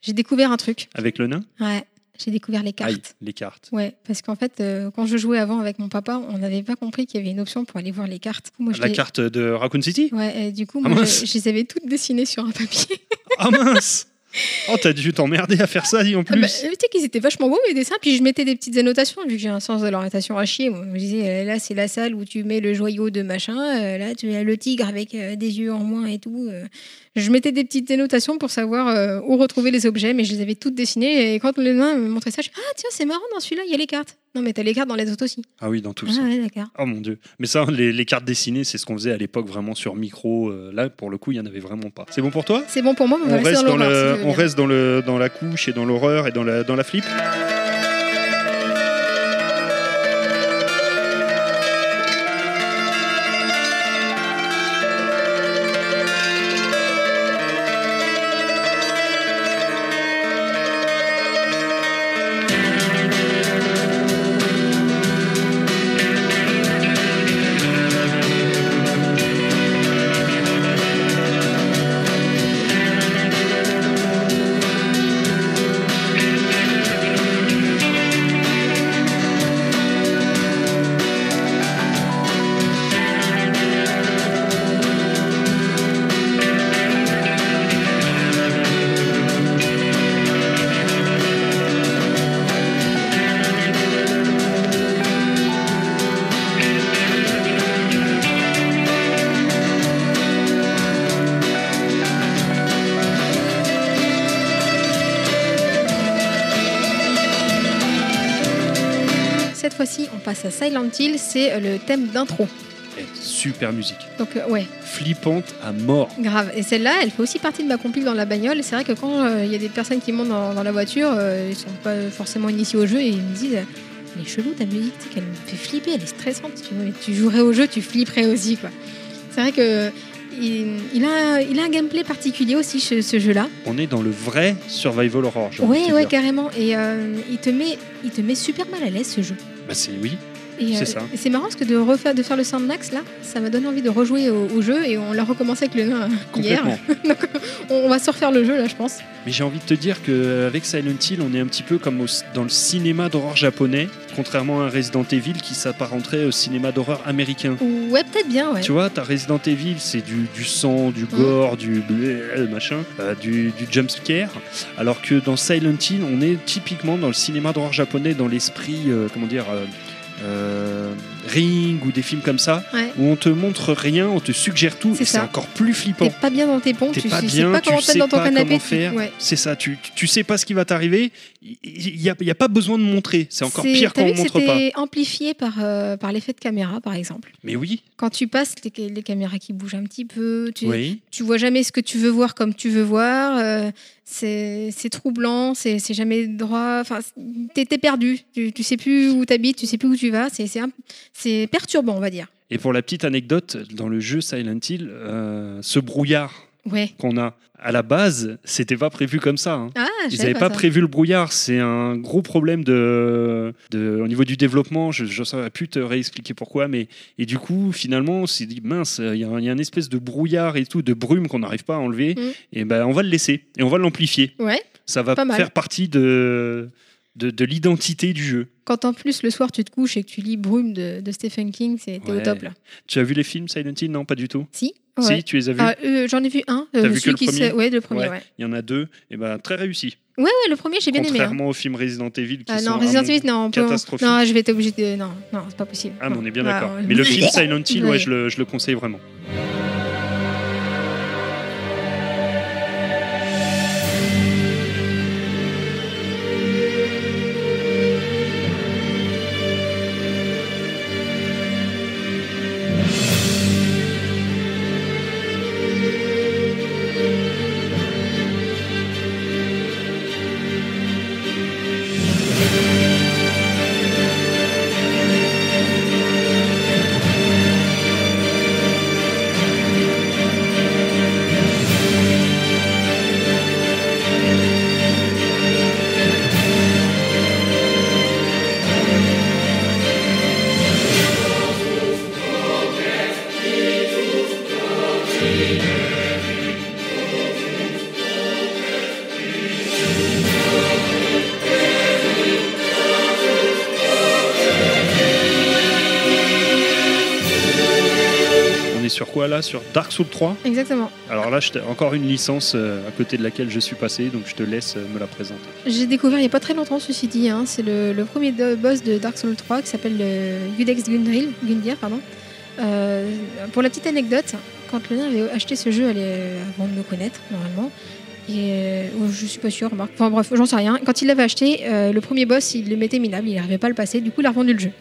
j'ai découvert un truc.
Avec le nain
Ouais, j'ai découvert les cartes.
Aïe, les cartes.
Ouais, parce qu'en fait, euh, quand je jouais avant avec mon papa, on n'avait pas compris qu'il y avait une option pour aller voir les cartes. Moi, je
la
les-
carte de Raccoon City
Ouais, et du coup,
Ah,
moi,
mince.
je, je les avais toutes dessinées sur un papier.
Ah mince Oh, t'as dû t'emmerder à faire ça, dis en
Ah
plus.
bah, tu sais qu'ils étaient vachement beaux, mes dessins. Puis je mettais des petites annotations, vu que j'ai un sens de l'orientation à chier. Moi, je me disais, euh, là, c'est la salle où tu mets le joyau de machin. euh, Là, tu as le tigre avec euh, des yeux en moins et tout. euh. Je mettais des petites annotations pour savoir euh, où retrouver les objets, mais je les avais toutes dessinées. Et quand le nain me montrait ça, je Ah, tiens, c'est marrant, dans celui-là, il y a les cartes. Non, mais t'as les cartes dans les autres aussi.
Ah oui, dans tout
Ah,
ça.
ouais, d'accord.
Oh mon dieu. Mais ça, les, les cartes dessinées, c'est ce qu'on faisait à l'époque vraiment sur micro. euh, là, pour le coup, il n'y en avait vraiment pas. C'est bon pour toi
C'est bon pour moi, mais
on
on, va rester
reste,
dans
dans
l'horreur,
le,
si tu veux
on
bien.
reste dans, le, dans la couche et dans l'horreur et dans la, dans la flip.
Cette fois-ci, on passe à Silent Hill, c'est euh, le thème d'intro.
Eh, super musique.
Donc, euh, ouais,
Flippante à mort.
grave. Et celle-là, elle fait aussi partie de ma compile dans la bagnole. C'est vrai que quand euh, il y a des personnes qui montent dans, dans la voiture, euh, ils sont pas forcément initiés au jeu et ils me disent euh, Elle est chelou ta musique, tu sais qu'elle me fait flipper, elle est stressante. Tu, vois, tu jouerais au jeu, tu flipperais aussi, quoi. C'est vrai que. Il, il a, il a un gameplay particulier aussi, ce- ce jeu-là.
On est dans le vrai survival horror. j'ai envie de
Ouais,
te
ouais,
dire.
carrément. Et euh, il, te met, il te met super mal à l'aise, ce jeu.
Bah, c'est oui.
Et, euh,
C'est ça.
et c'est marrant parce que de refaire, de faire le Sandmax là, ça m'a donné envie de rejouer au, au jeu et on l'a recommencé avec le nain euh, hier.
Complètement.
Donc on, on va se refaire le jeu là, je pense.
Mais j'ai envie de te dire qu'avec Silent Hill, on est un petit peu comme au- dans le cinéma d'horreur japonais, contrairement à un Resident Evil qui s'apparenterait au cinéma d'horreur américain.
Ou- Ouais, peut-être bien. Ouais. Mm.
Tu vois, t'as Resident Evil, c'est du, du sang, du gore, du blé, machin, euh, du, du jumpscare. Alors que dans Silent Hill, on est typiquement dans le cinéma d'horreur japonais, dans l'esprit, euh, comment dire, euh, euh, Ring ou des films comme ça,
Ouais.
où on te montre rien, on te suggère tout,
C'est
et c'est
ça.
encore plus
T'es
flippant.
pas bien dans tes pompes,
T'es
tu
pas
sais
bien,
pas comment
tu
te mettre
sais
dans ton
pas
canapé.
comment
tu-
faire.
ouais.
C'est ça, tu, tu sais pas ce qui va t'arriver, il n'y a, y a pas besoin de montrer, c'est encore
C'est-
pire
t'as
quand
vu
on
que
montre pas.
C'était amplifié par, euh, par l'effet de caméra, par exemple.
Mais oui,
Quand tu passes, t'es- les caméras qui bougent un petit peu, tu,
oui.
tu vois jamais ce que tu veux voir comme tu veux voir. euh, c'est c'est troublant, c'est c'est jamais droit. Enfin, c'est- t'es t'es perdu. Tu, tu sais plus où t'habites, tu sais plus où tu vas. C'est- C'est un- c'est perturbant, on va dire.
Et pour la petite anecdote, dans le jeu Silent Hill, euh, ce brouillard
Ouais.
qu'on a à la base, c'était pas prévu comme ça. hein.
Ah, je
Ils
savais
n'avaient pas
ça.
prévu le brouillard, c'est un gros problème de, de- au niveau du développement. Je ne saurais plus te réexpliquer pourquoi, mais et du coup, finalement, on s'est dit mince, il y, a un- il y a une espèce de brouillard et tout, de brume qu'on n'arrive pas à enlever.
Mm.
Et ben, on va le laisser et on va l'amplifier.
Ouais.
Ça va
Pas mal.
faire partie de de, de l'identité du jeu.
Quand en plus le soir tu te couches et que tu lis Brume de, de Stephen King, c'est t'es au
Ouais.
top là.
Tu as vu les films Silent Hill Non, pas du tout.
Si. Ouais.
Si, tu les as vus.
Ah, euh, J'en ai vu un. euh,
T'as vu que
celui
le
qui
premier
se- Ouais, le premier.
Ouais.
Ouais, ouais.
Il y en a deux. Et ben très réussi.
ouais, le premier j'ai bien aimé. hein.
Contrairement aux films Resident Evil qui
Ah
sont
non, Resident
à mon-
Evil, non, on peut-
catastrophique.
Non, je vais être obligé de. Non, non, c'est pas possible. euh,
Ah, mais on est bien
Bah, Ouais,
d'accord.
on-
Mais le film Silent Hill, ouais,
Oui.
je, le, je le conseille vraiment. est sur quoi là Sur Dark Souls 3
Exactement.
Alors là, je t'ai- encore une licence euh, à côté de laquelle je suis passé, donc je te laisse euh, me la présenter.
J'ai découvert il n'y a pas très longtemps, ceci dit. hein. C'est le, le premier do- boss de Dark Souls 3 qui s'appelle le Gudex Gundril, Gundir. Pardon. Euh, pour la petite anecdote, quand Lena avait acheté ce jeu elle est- euh, avant de me connaître, normalement, et euh, ou je suis pas sûre, remarque. Enfin bref, j'en sais rien. Quand il l'avait acheté, euh, le premier boss, il le mettait minable, il n'arrivait pas à le passer, du coup, il a revendu le jeu.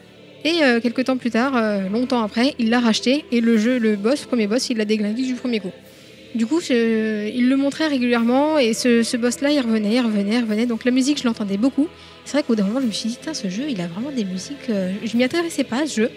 Et euh, quelques temps plus tard, euh, longtemps après, il l'a racheté et le jeu, le boss, le premier boss, il l'a déglingué du premier coup. Du coup, je- il le montrait régulièrement et ce, ce boss-là, il revenait, il revenait, il revenait. Donc la musique, je l'entendais beaucoup. C'est vrai qu'au bout d'un moment, je me suis dit, Tain, ce jeu, il a vraiment des musiques. euh, Je m'y intéressais pas à ce jeu.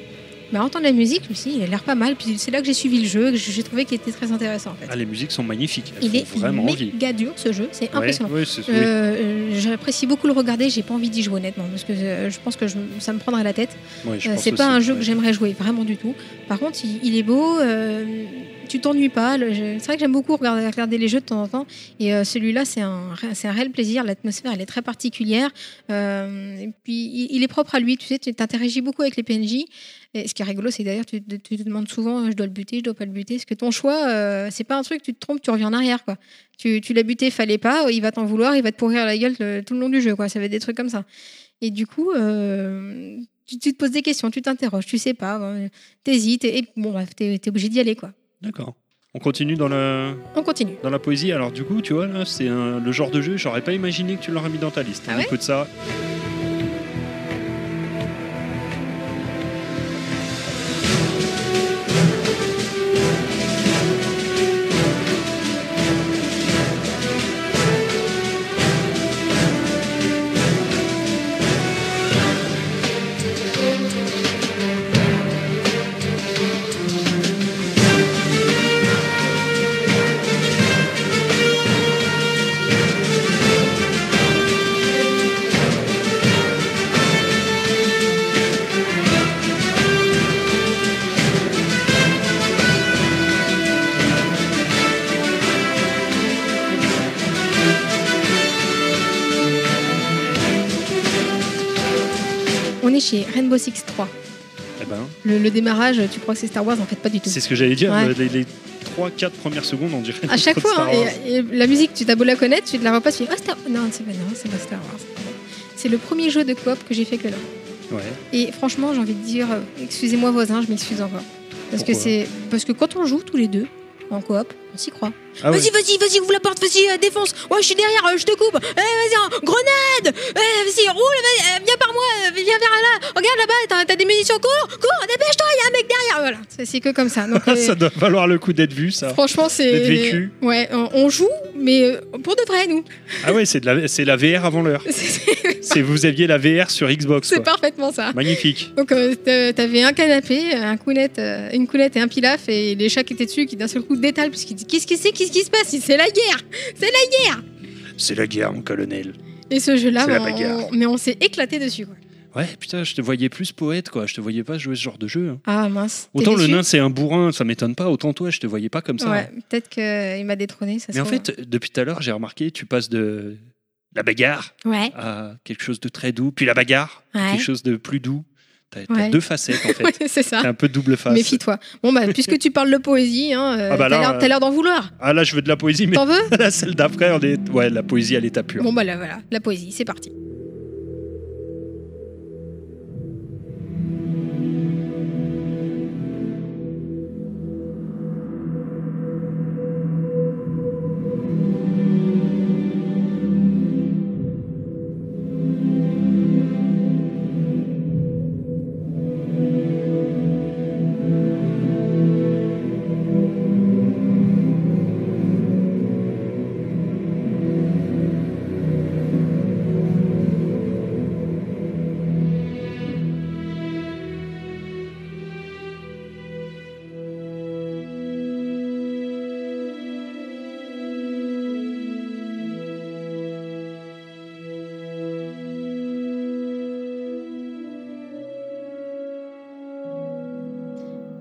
Mais à entendre la musique, je me suis dit, il a l'air pas mal. Puis c'est là que j'ai suivi le jeu, que j'ai trouvé qu'il était très intéressant en fait.
Ah, les musiques sont magnifiques. Elles
il
font
est
vraiment envie.
méga dur ce jeu, c'est
Ouais,
impressionnant.
ouais, c'est- oui.
Euh, euh, J'apprécie beaucoup le regarder, j'ai pas envie d'y jouer honnêtement, parce que euh, je pense que je- ça me prendrait la tête.
Ouais, je
Euh,
pense
c'est pas
aussi,
un jeu
ouais.
que j'aimerais jouer vraiment du tout. Par contre, il, il est beau. euh, tu t'ennuies pas. Le- je- C'est vrai que j'aime beaucoup regarder, regarder les jeux de temps en temps. Et euh, celui-là, c'est un, ré- c'est un réel plaisir. L'atmosphère, elle est très particulière. Euh, et puis, il, il est propre à lui. Tu sais, tu interagis beaucoup avec les PNJ. Et ce qui est rigolo, c'est que d'ailleurs, tu, te- tu te demandes souvent, euh, je dois le buter, je dois pas le buter. Parce que ton choix, euh, c'est pas un truc, tu te trompes, tu reviens en arrière, quoi. Tu, tu l'as buté, fallait pas, il va t'en vouloir, il va te pourrir la gueule euh, tout le long du jeu, quoi. Ça va être des trucs comme ça. Et du coup, euh, tu, tu te poses des questions, tu t'interroges, tu sais pas, euh, t'hésites, et et bon, bref, t'es t'es obligé d'y aller, quoi.
D'accord. On continue dans la,
On continue.
dans la poésie. Alors du coup, tu vois, là, c'est un- le genre de jeu, j'aurais pas imaginé que tu l'aurais mis dans ta liste.
Ah
On
ouais
écoute ça.
On est chez Rainbow Six 3.
Eh ben,
Le, le démarrage, tu crois que c'est Star Wars, en fait, pas du tout.
c'est ce que j'allais dire.
Ouais.
euh, Les, 3-4 premières secondes, on dirait.
À chaque
de
fois,
Star
hein, et-
Wars.
et, la musique, tu t'as beau la connaître, tu te la repasses, tu dis, oh, Star Non, c'est pas, non, c'est pas Star Wars. C'est le premier jeu de coop que j'ai fait que là.
Ouais.
Et franchement, j'ai envie de dire, euh, excusez-moi voisin, je m'excuse encore. Parce que
Pourquoi
c'est parce que quand on joue tous les deux en coop, on s'y croit.
Ah ouais.
vas-y, vas-y, vas-y, ouvre la porte, vas-y, euh, défonce. Ouais, je suis derrière, euh, je te coupe. Eh, vas-y, hein, grenade. Eh, vas-y, roule, vas-y, euh, viens par moi, euh, viens vers là. Regarde là-bas, t'as- t'as des munitions. Cours, cours, dépêche-toi, il y a un mec derrière. Voilà, c'est- c'est que comme ça. Donc, euh,
ça doit valoir le coup d'être vu, ça.
franchement, c'est.
D'être vécu.
Ouais, on on joue, mais euh, pour de vrai, nous.
Ah ouais, c'est de la, c'est la VR avant l'heure.
C'est-
C'est vous aviez la VR sur Xbox.
c'est
quoi.
parfaitement ça.
Magnifique.
Donc euh, t'a- t'avais un canapé, un coulette, euh, une coulette et un pilaf et les chats qui étaient dessus qui d'un seul coup détalent parce qu'ils disent qu'est-ce que c'est, qu'est-ce qui se passe, c'est la guerre, c'est la guerre.
C'est la guerre, mon colonel.
Et ce jeu-là,
C'est la
ben,
bagarre.
on- mais on s'est éclaté dessus. Quoi.
Ouais, putain, je te voyais plus poète, quoi. Je te voyais pas jouer ce genre de jeu. hein.
Ah mince. t'es
Autant le
déçu
nain, c'est un bourrin, ça m'étonne pas. Autant toi, je te voyais pas comme ça. hein.
Ouais, peut-être qu'il m'a détrôné. Ça se
Mais en
trouve.
fait, depuis tout à l'heure, j'ai remarqué, tu passes de la bagarre
ouais,
à quelque chose de très doux, puis la bagarre,
Ouais.
quelque chose de plus doux. T'as t'as
Ouais.
deux facettes, en fait.
Ouais, c'est ça.
T'es un peu double face.
Méfie-toi. Bon bah puisque tu parles de poésie, hein, euh,
Ah bah
t'as
là,
l'air- t'as l'air d'en vouloir.
Ah là, je veux de la poésie, mais
T'en veux
la celle d'après, on est... ouais, la poésie à l'état pur.
Bon bah là voilà, la poésie, c'est parti.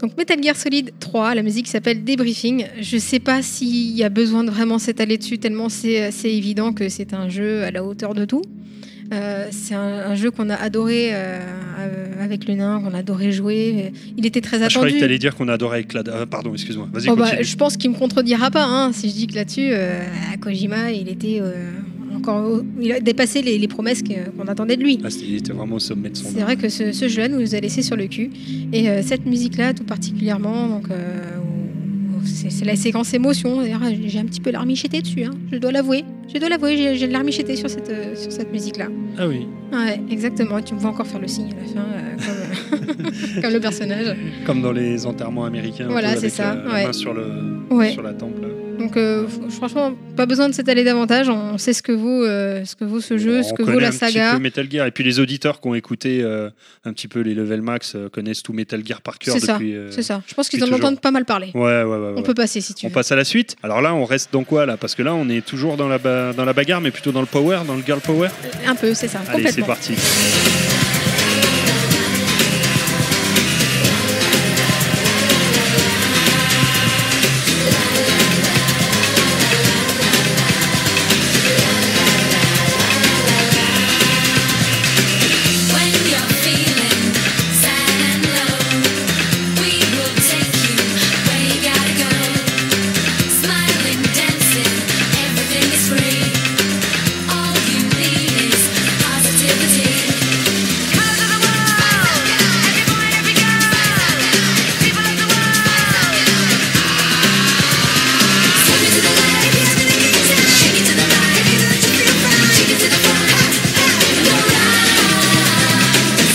Donc Metal Gear Solid 3, la musique s'appelle Debriefing. Je sais pas s'il euh, y a besoin de vraiment s'étaler dessus, tellement c'est c'est évident que c'est un jeu à la hauteur de tout. Euh, c'est un, un jeu qu'on a adoré euh, euh, avec le nain, qu'on a adoré jouer. Il était très
Ah, je croyais
attendu.
que t'allais dire qu'on adorait avec la. ah, pardon, excuse-moi. Vas-y,
Oh, bah,
continue.
je pense qu'il me contredira pas hein, si je dis que là-dessus, euh, à Kojima, il était euh, encore, au- il a dépassé les, les promesses que- qu'on attendait de lui.
Ah, c'était- il était vraiment au sommet de son
C'est vrai que ce, ce jeu-là nous a laissé sur le cul. Et euh, cette musique-là, tout particulièrement, donc. euh, où- où c'est c'est la séquence émotion. D'ailleurs, j'ai un petit peu l'armichété dessus. hein, Je dois l'avouer. Je dois l'avouer. J'ai j'ai de l'armichété sur cette euh, sur cette musique-là.
Ah oui.
Ouais, exactement. Tu me vois encore faire le signe à la fin, euh, comme, euh, comme le personnage.
Comme dans les enterrements américains. un
Voilà,
peu,
c'est
avec
ça,
La, la
ouais.
main sur, le,
Ouais.
sur la temple.
Donc, euh, f- franchement, pas besoin de s'étaler davantage. On sait ce que vaut, euh, ce que vaut ce jeu,
On
ce que
connaît
vaut la
un petit
saga.
peu Metal Gear. Et puis les auditeurs qui ont écouté euh, un petit peu les level max euh, connaissent tout Metal Gear par cœur
C'est ça,
depuis. euh,
C'est ça. Je pense qu'ils
depuis
en
toujours.
entendent pas mal parler.
Ouais, ouais, ouais. ouais.
On peut passer si tu
On
veux.
passe à la suite. Alors là, on reste dans quoi là Parce que là, on est toujours dans la, ba- dans la bagarre, mais plutôt dans le power, dans le girl power.
Un peu, c'est ça.
Allez, c'est
complètement.
parti.
When you're feeling sad and low, we will take you where you gotta go. Smiling, dancing, everything is free. All you need is positivity. Colors of the world, every boy, every girl, people of the world. Take me to the light, take me to the light, take me to the front.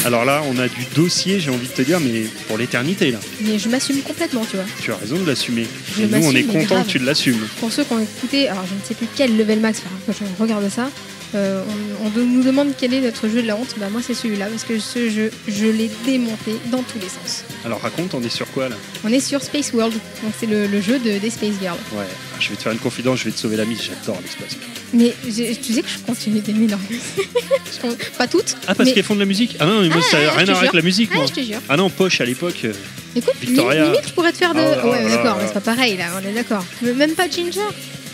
Alors là, on a du dossier, j'ai envie de te dire, mais pour l'éternité là.
Mais je m'assume complètement, tu vois.
Tu as raison de l'assumer.
Je
Et Nous, on
m'assume,
est
mais
content
grave.
que tu l'assumes.
Pour ceux qui ont écouté, alors je ne sais plus quel level max, enfin, quand je regarde ça, euh, on, on de- nous demande quel est notre jeu de la honte. Bah, moi, c'est celui-là, parce que ce jeu, je l'ai démonté dans tous les sens.
Alors raconte, on est sur quoi là
On est sur Space World, donc c'est le, le jeu de, des Space Girls.
Ouais, je vais te faire une confidence, je vais te sauver la mise, j'adore l'espace.
Mais j'ai- tu sais que je continue d'aimer leur musique. Je con- Pas toutes.
Ah, parce
mais-
qu'elles font de la musique Ah non, mais moi,
Ah,
ça
ouais,
n'a
je
rien à
te
voir avec
jure.
la musique,
Ah,
moi.
je te jure.
Ah non, poche à l'époque. euh,
Écoute,
Victoria.
Victoria. limite, je pourrais te faire de.
Ah, ouais,
ouais,
ah,
d'accord,
ouais,
mais c'est pas pareil là, on est d'accord. Mais Même pas Ginger.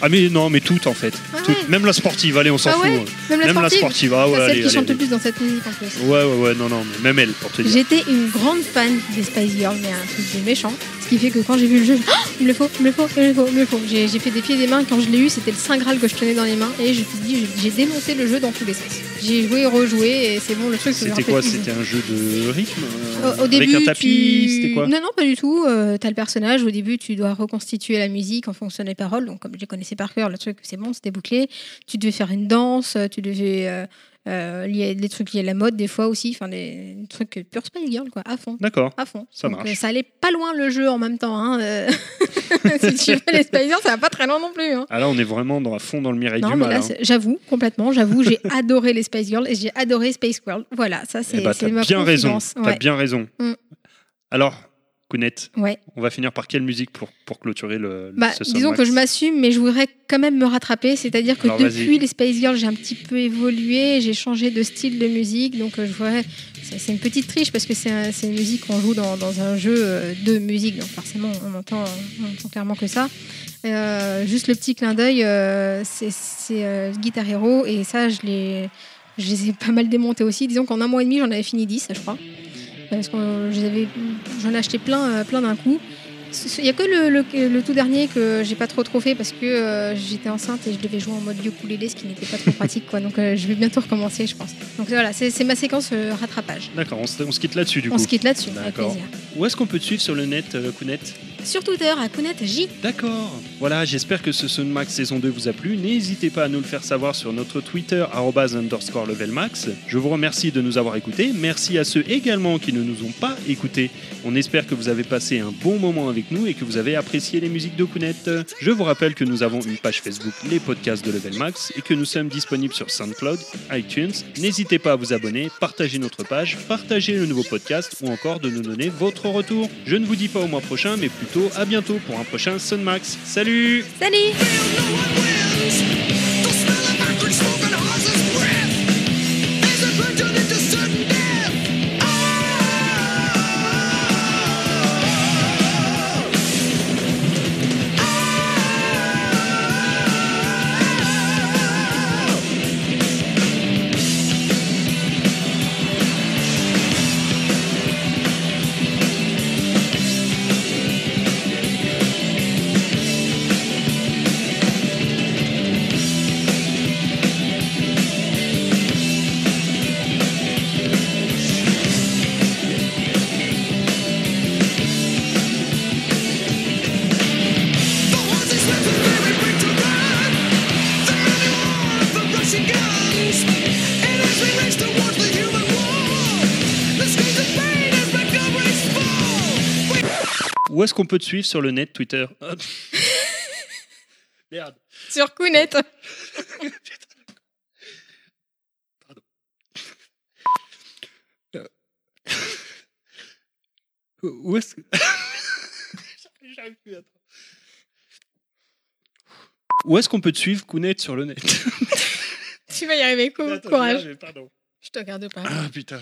Ah mais non, mais toutes en fait.
Ah
Toutes.
ouais.
Même la sportive, allez, on s'en
Ah
fout.
ouais,
hein.
Même la
Même la
sportive.
sportive, ah ouais,
c'est
allez,
celle qui
allez,
chante le
allez.
plus dans cette musique en plus.
Ouais, ouais, ouais, non, non, mais même elle, pour te dire.
J'étais une grande fan des Spice Girls, mais un truc de méchant. Ce qui fait que quand j'ai vu le jeu, Ah, il me le faut, il me le faut, il me le faut, il me le faut. J'ai j'ai fait des pieds et des mains. Quand je l'ai eu, c'était le Saint Graal que je tenais dans les mains. Et je me suis dit, j'ai- j'ai démonté le jeu dans tous les sens. J'ai joué, rejoué, et c'est bon, le truc se
C'était
refait
quoi
plus.
C'était un jeu de rythme euh,
Au, au début,
Avec un tapis
tu-
C'était quoi
Non, non, pas du tout. Euh, T'as le personnage. Au début, tu dois reconstituer la musique en fonction des paroles. Donc, comme je les connaissais par cœur, le truc, c'est bon, c'était bouclé. Tu devais faire une danse. Tu devais euh, euh, lier des trucs liés à la mode des fois aussi. Enfin, des trucs pure Spice Girl, quoi, à fond.
D'accord.
À fond.
Ça
Donc,
marche.
euh, ça allait pas loin le jeu en même temps. hein, euh. si tu veux les Spice Girls, ça va pas très loin non plus. hein.
Ah là, on est vraiment dans, à fond dans le Mireille
Non,
du
mais
Mal.
là,
hein.
c'est- j'avoue, complètement, j'avoue, j'ai adoré les Spice Girls et j'ai adoré Space World. Voilà, ça,
Eh
c'est
bah,
c'est
t'as
ma
bien raison.
confidence.
T'as
Ouais,
bien raison.
Mm.
Alors, Kounette,
ouais.
on va finir par quelle musique pour, pour clôturer le.
Bah,
euh, ce
disons
soundtrack
que je m'assume, mais je voudrais quand même me rattraper. C'est-à-dire que
Alors, vas-y.
depuis les Space Girls, j'ai un petit peu évolué, j'ai changé de style de musique. Donc, euh, je voudrais. c'est- C'est une petite triche parce que c'est un- c'est une musique qu'on joue dans, dans un jeu euh, de musique. Donc, forcément, on entend, on entend clairement que ça. Euh, juste le petit clin d'œil, euh, c'est c'est, euh, Guitar Hero. Et ça, je l'ai. Je les ai pas mal démontés aussi. Disons qu'en un mois et demi, j'en avais fini 10, je crois. Parce que euh, je les avais- j'en ai acheté plein, euh, plein d'un coup. Il n'y a que le, le- le tout dernier que j'ai pas trop trop fait parce que euh, j'étais enceinte et je devais jouer en mode ukulélé, ce qui n'était pas trop pratique. Quoi. Donc euh, je vais bientôt recommencer, je pense. Donc voilà, c'est c'est ma séquence euh, rattrapage.
D'accord, on se, on se quitte là-dessus du
On
coup.
se quitte là-dessus, avec
D'accord.
plaisir.
Où est-ce qu'on peut te suivre sur le net, euh, Kounette
Sur Twitter, à Kounet J.
D'accord. Voilà, j'espère que ce Sunmax saison 2 vous a plu. N'hésitez pas à nous le faire savoir sur notre Twitter, arrobase underscore levelmax. Je vous remercie de nous avoir écoutés. Merci à ceux également qui ne nous ont pas écoutés. On espère que vous avez passé un bon moment avec nous et que vous avez apprécié les musiques de Kounet. Je vous rappelle que nous avons une page Facebook, les podcasts de Level Max, et que nous sommes disponibles sur SoundCloud, iTunes. N'hésitez pas à vous abonner, partager notre page, partager le nouveau podcast ou encore de nous donner votre retour. Je ne vous dis pas au mois prochain, mais plutôt à bientôt pour un prochain Sunmax. Salut
Salut
Thank
Où est-ce qu'on peut te suivre sur le net, Twitter Hop. Merde.
Sur Kounet.
Où est-ce que... J'arrive- j'arrive plus, attends. Où est-ce qu'on peut te suivre, Kounet, sur le net
Tu vas y arriver, cou-
Attends, j'y
courage.
arrive, pardon.
Je te regarde pas.
Ah putain.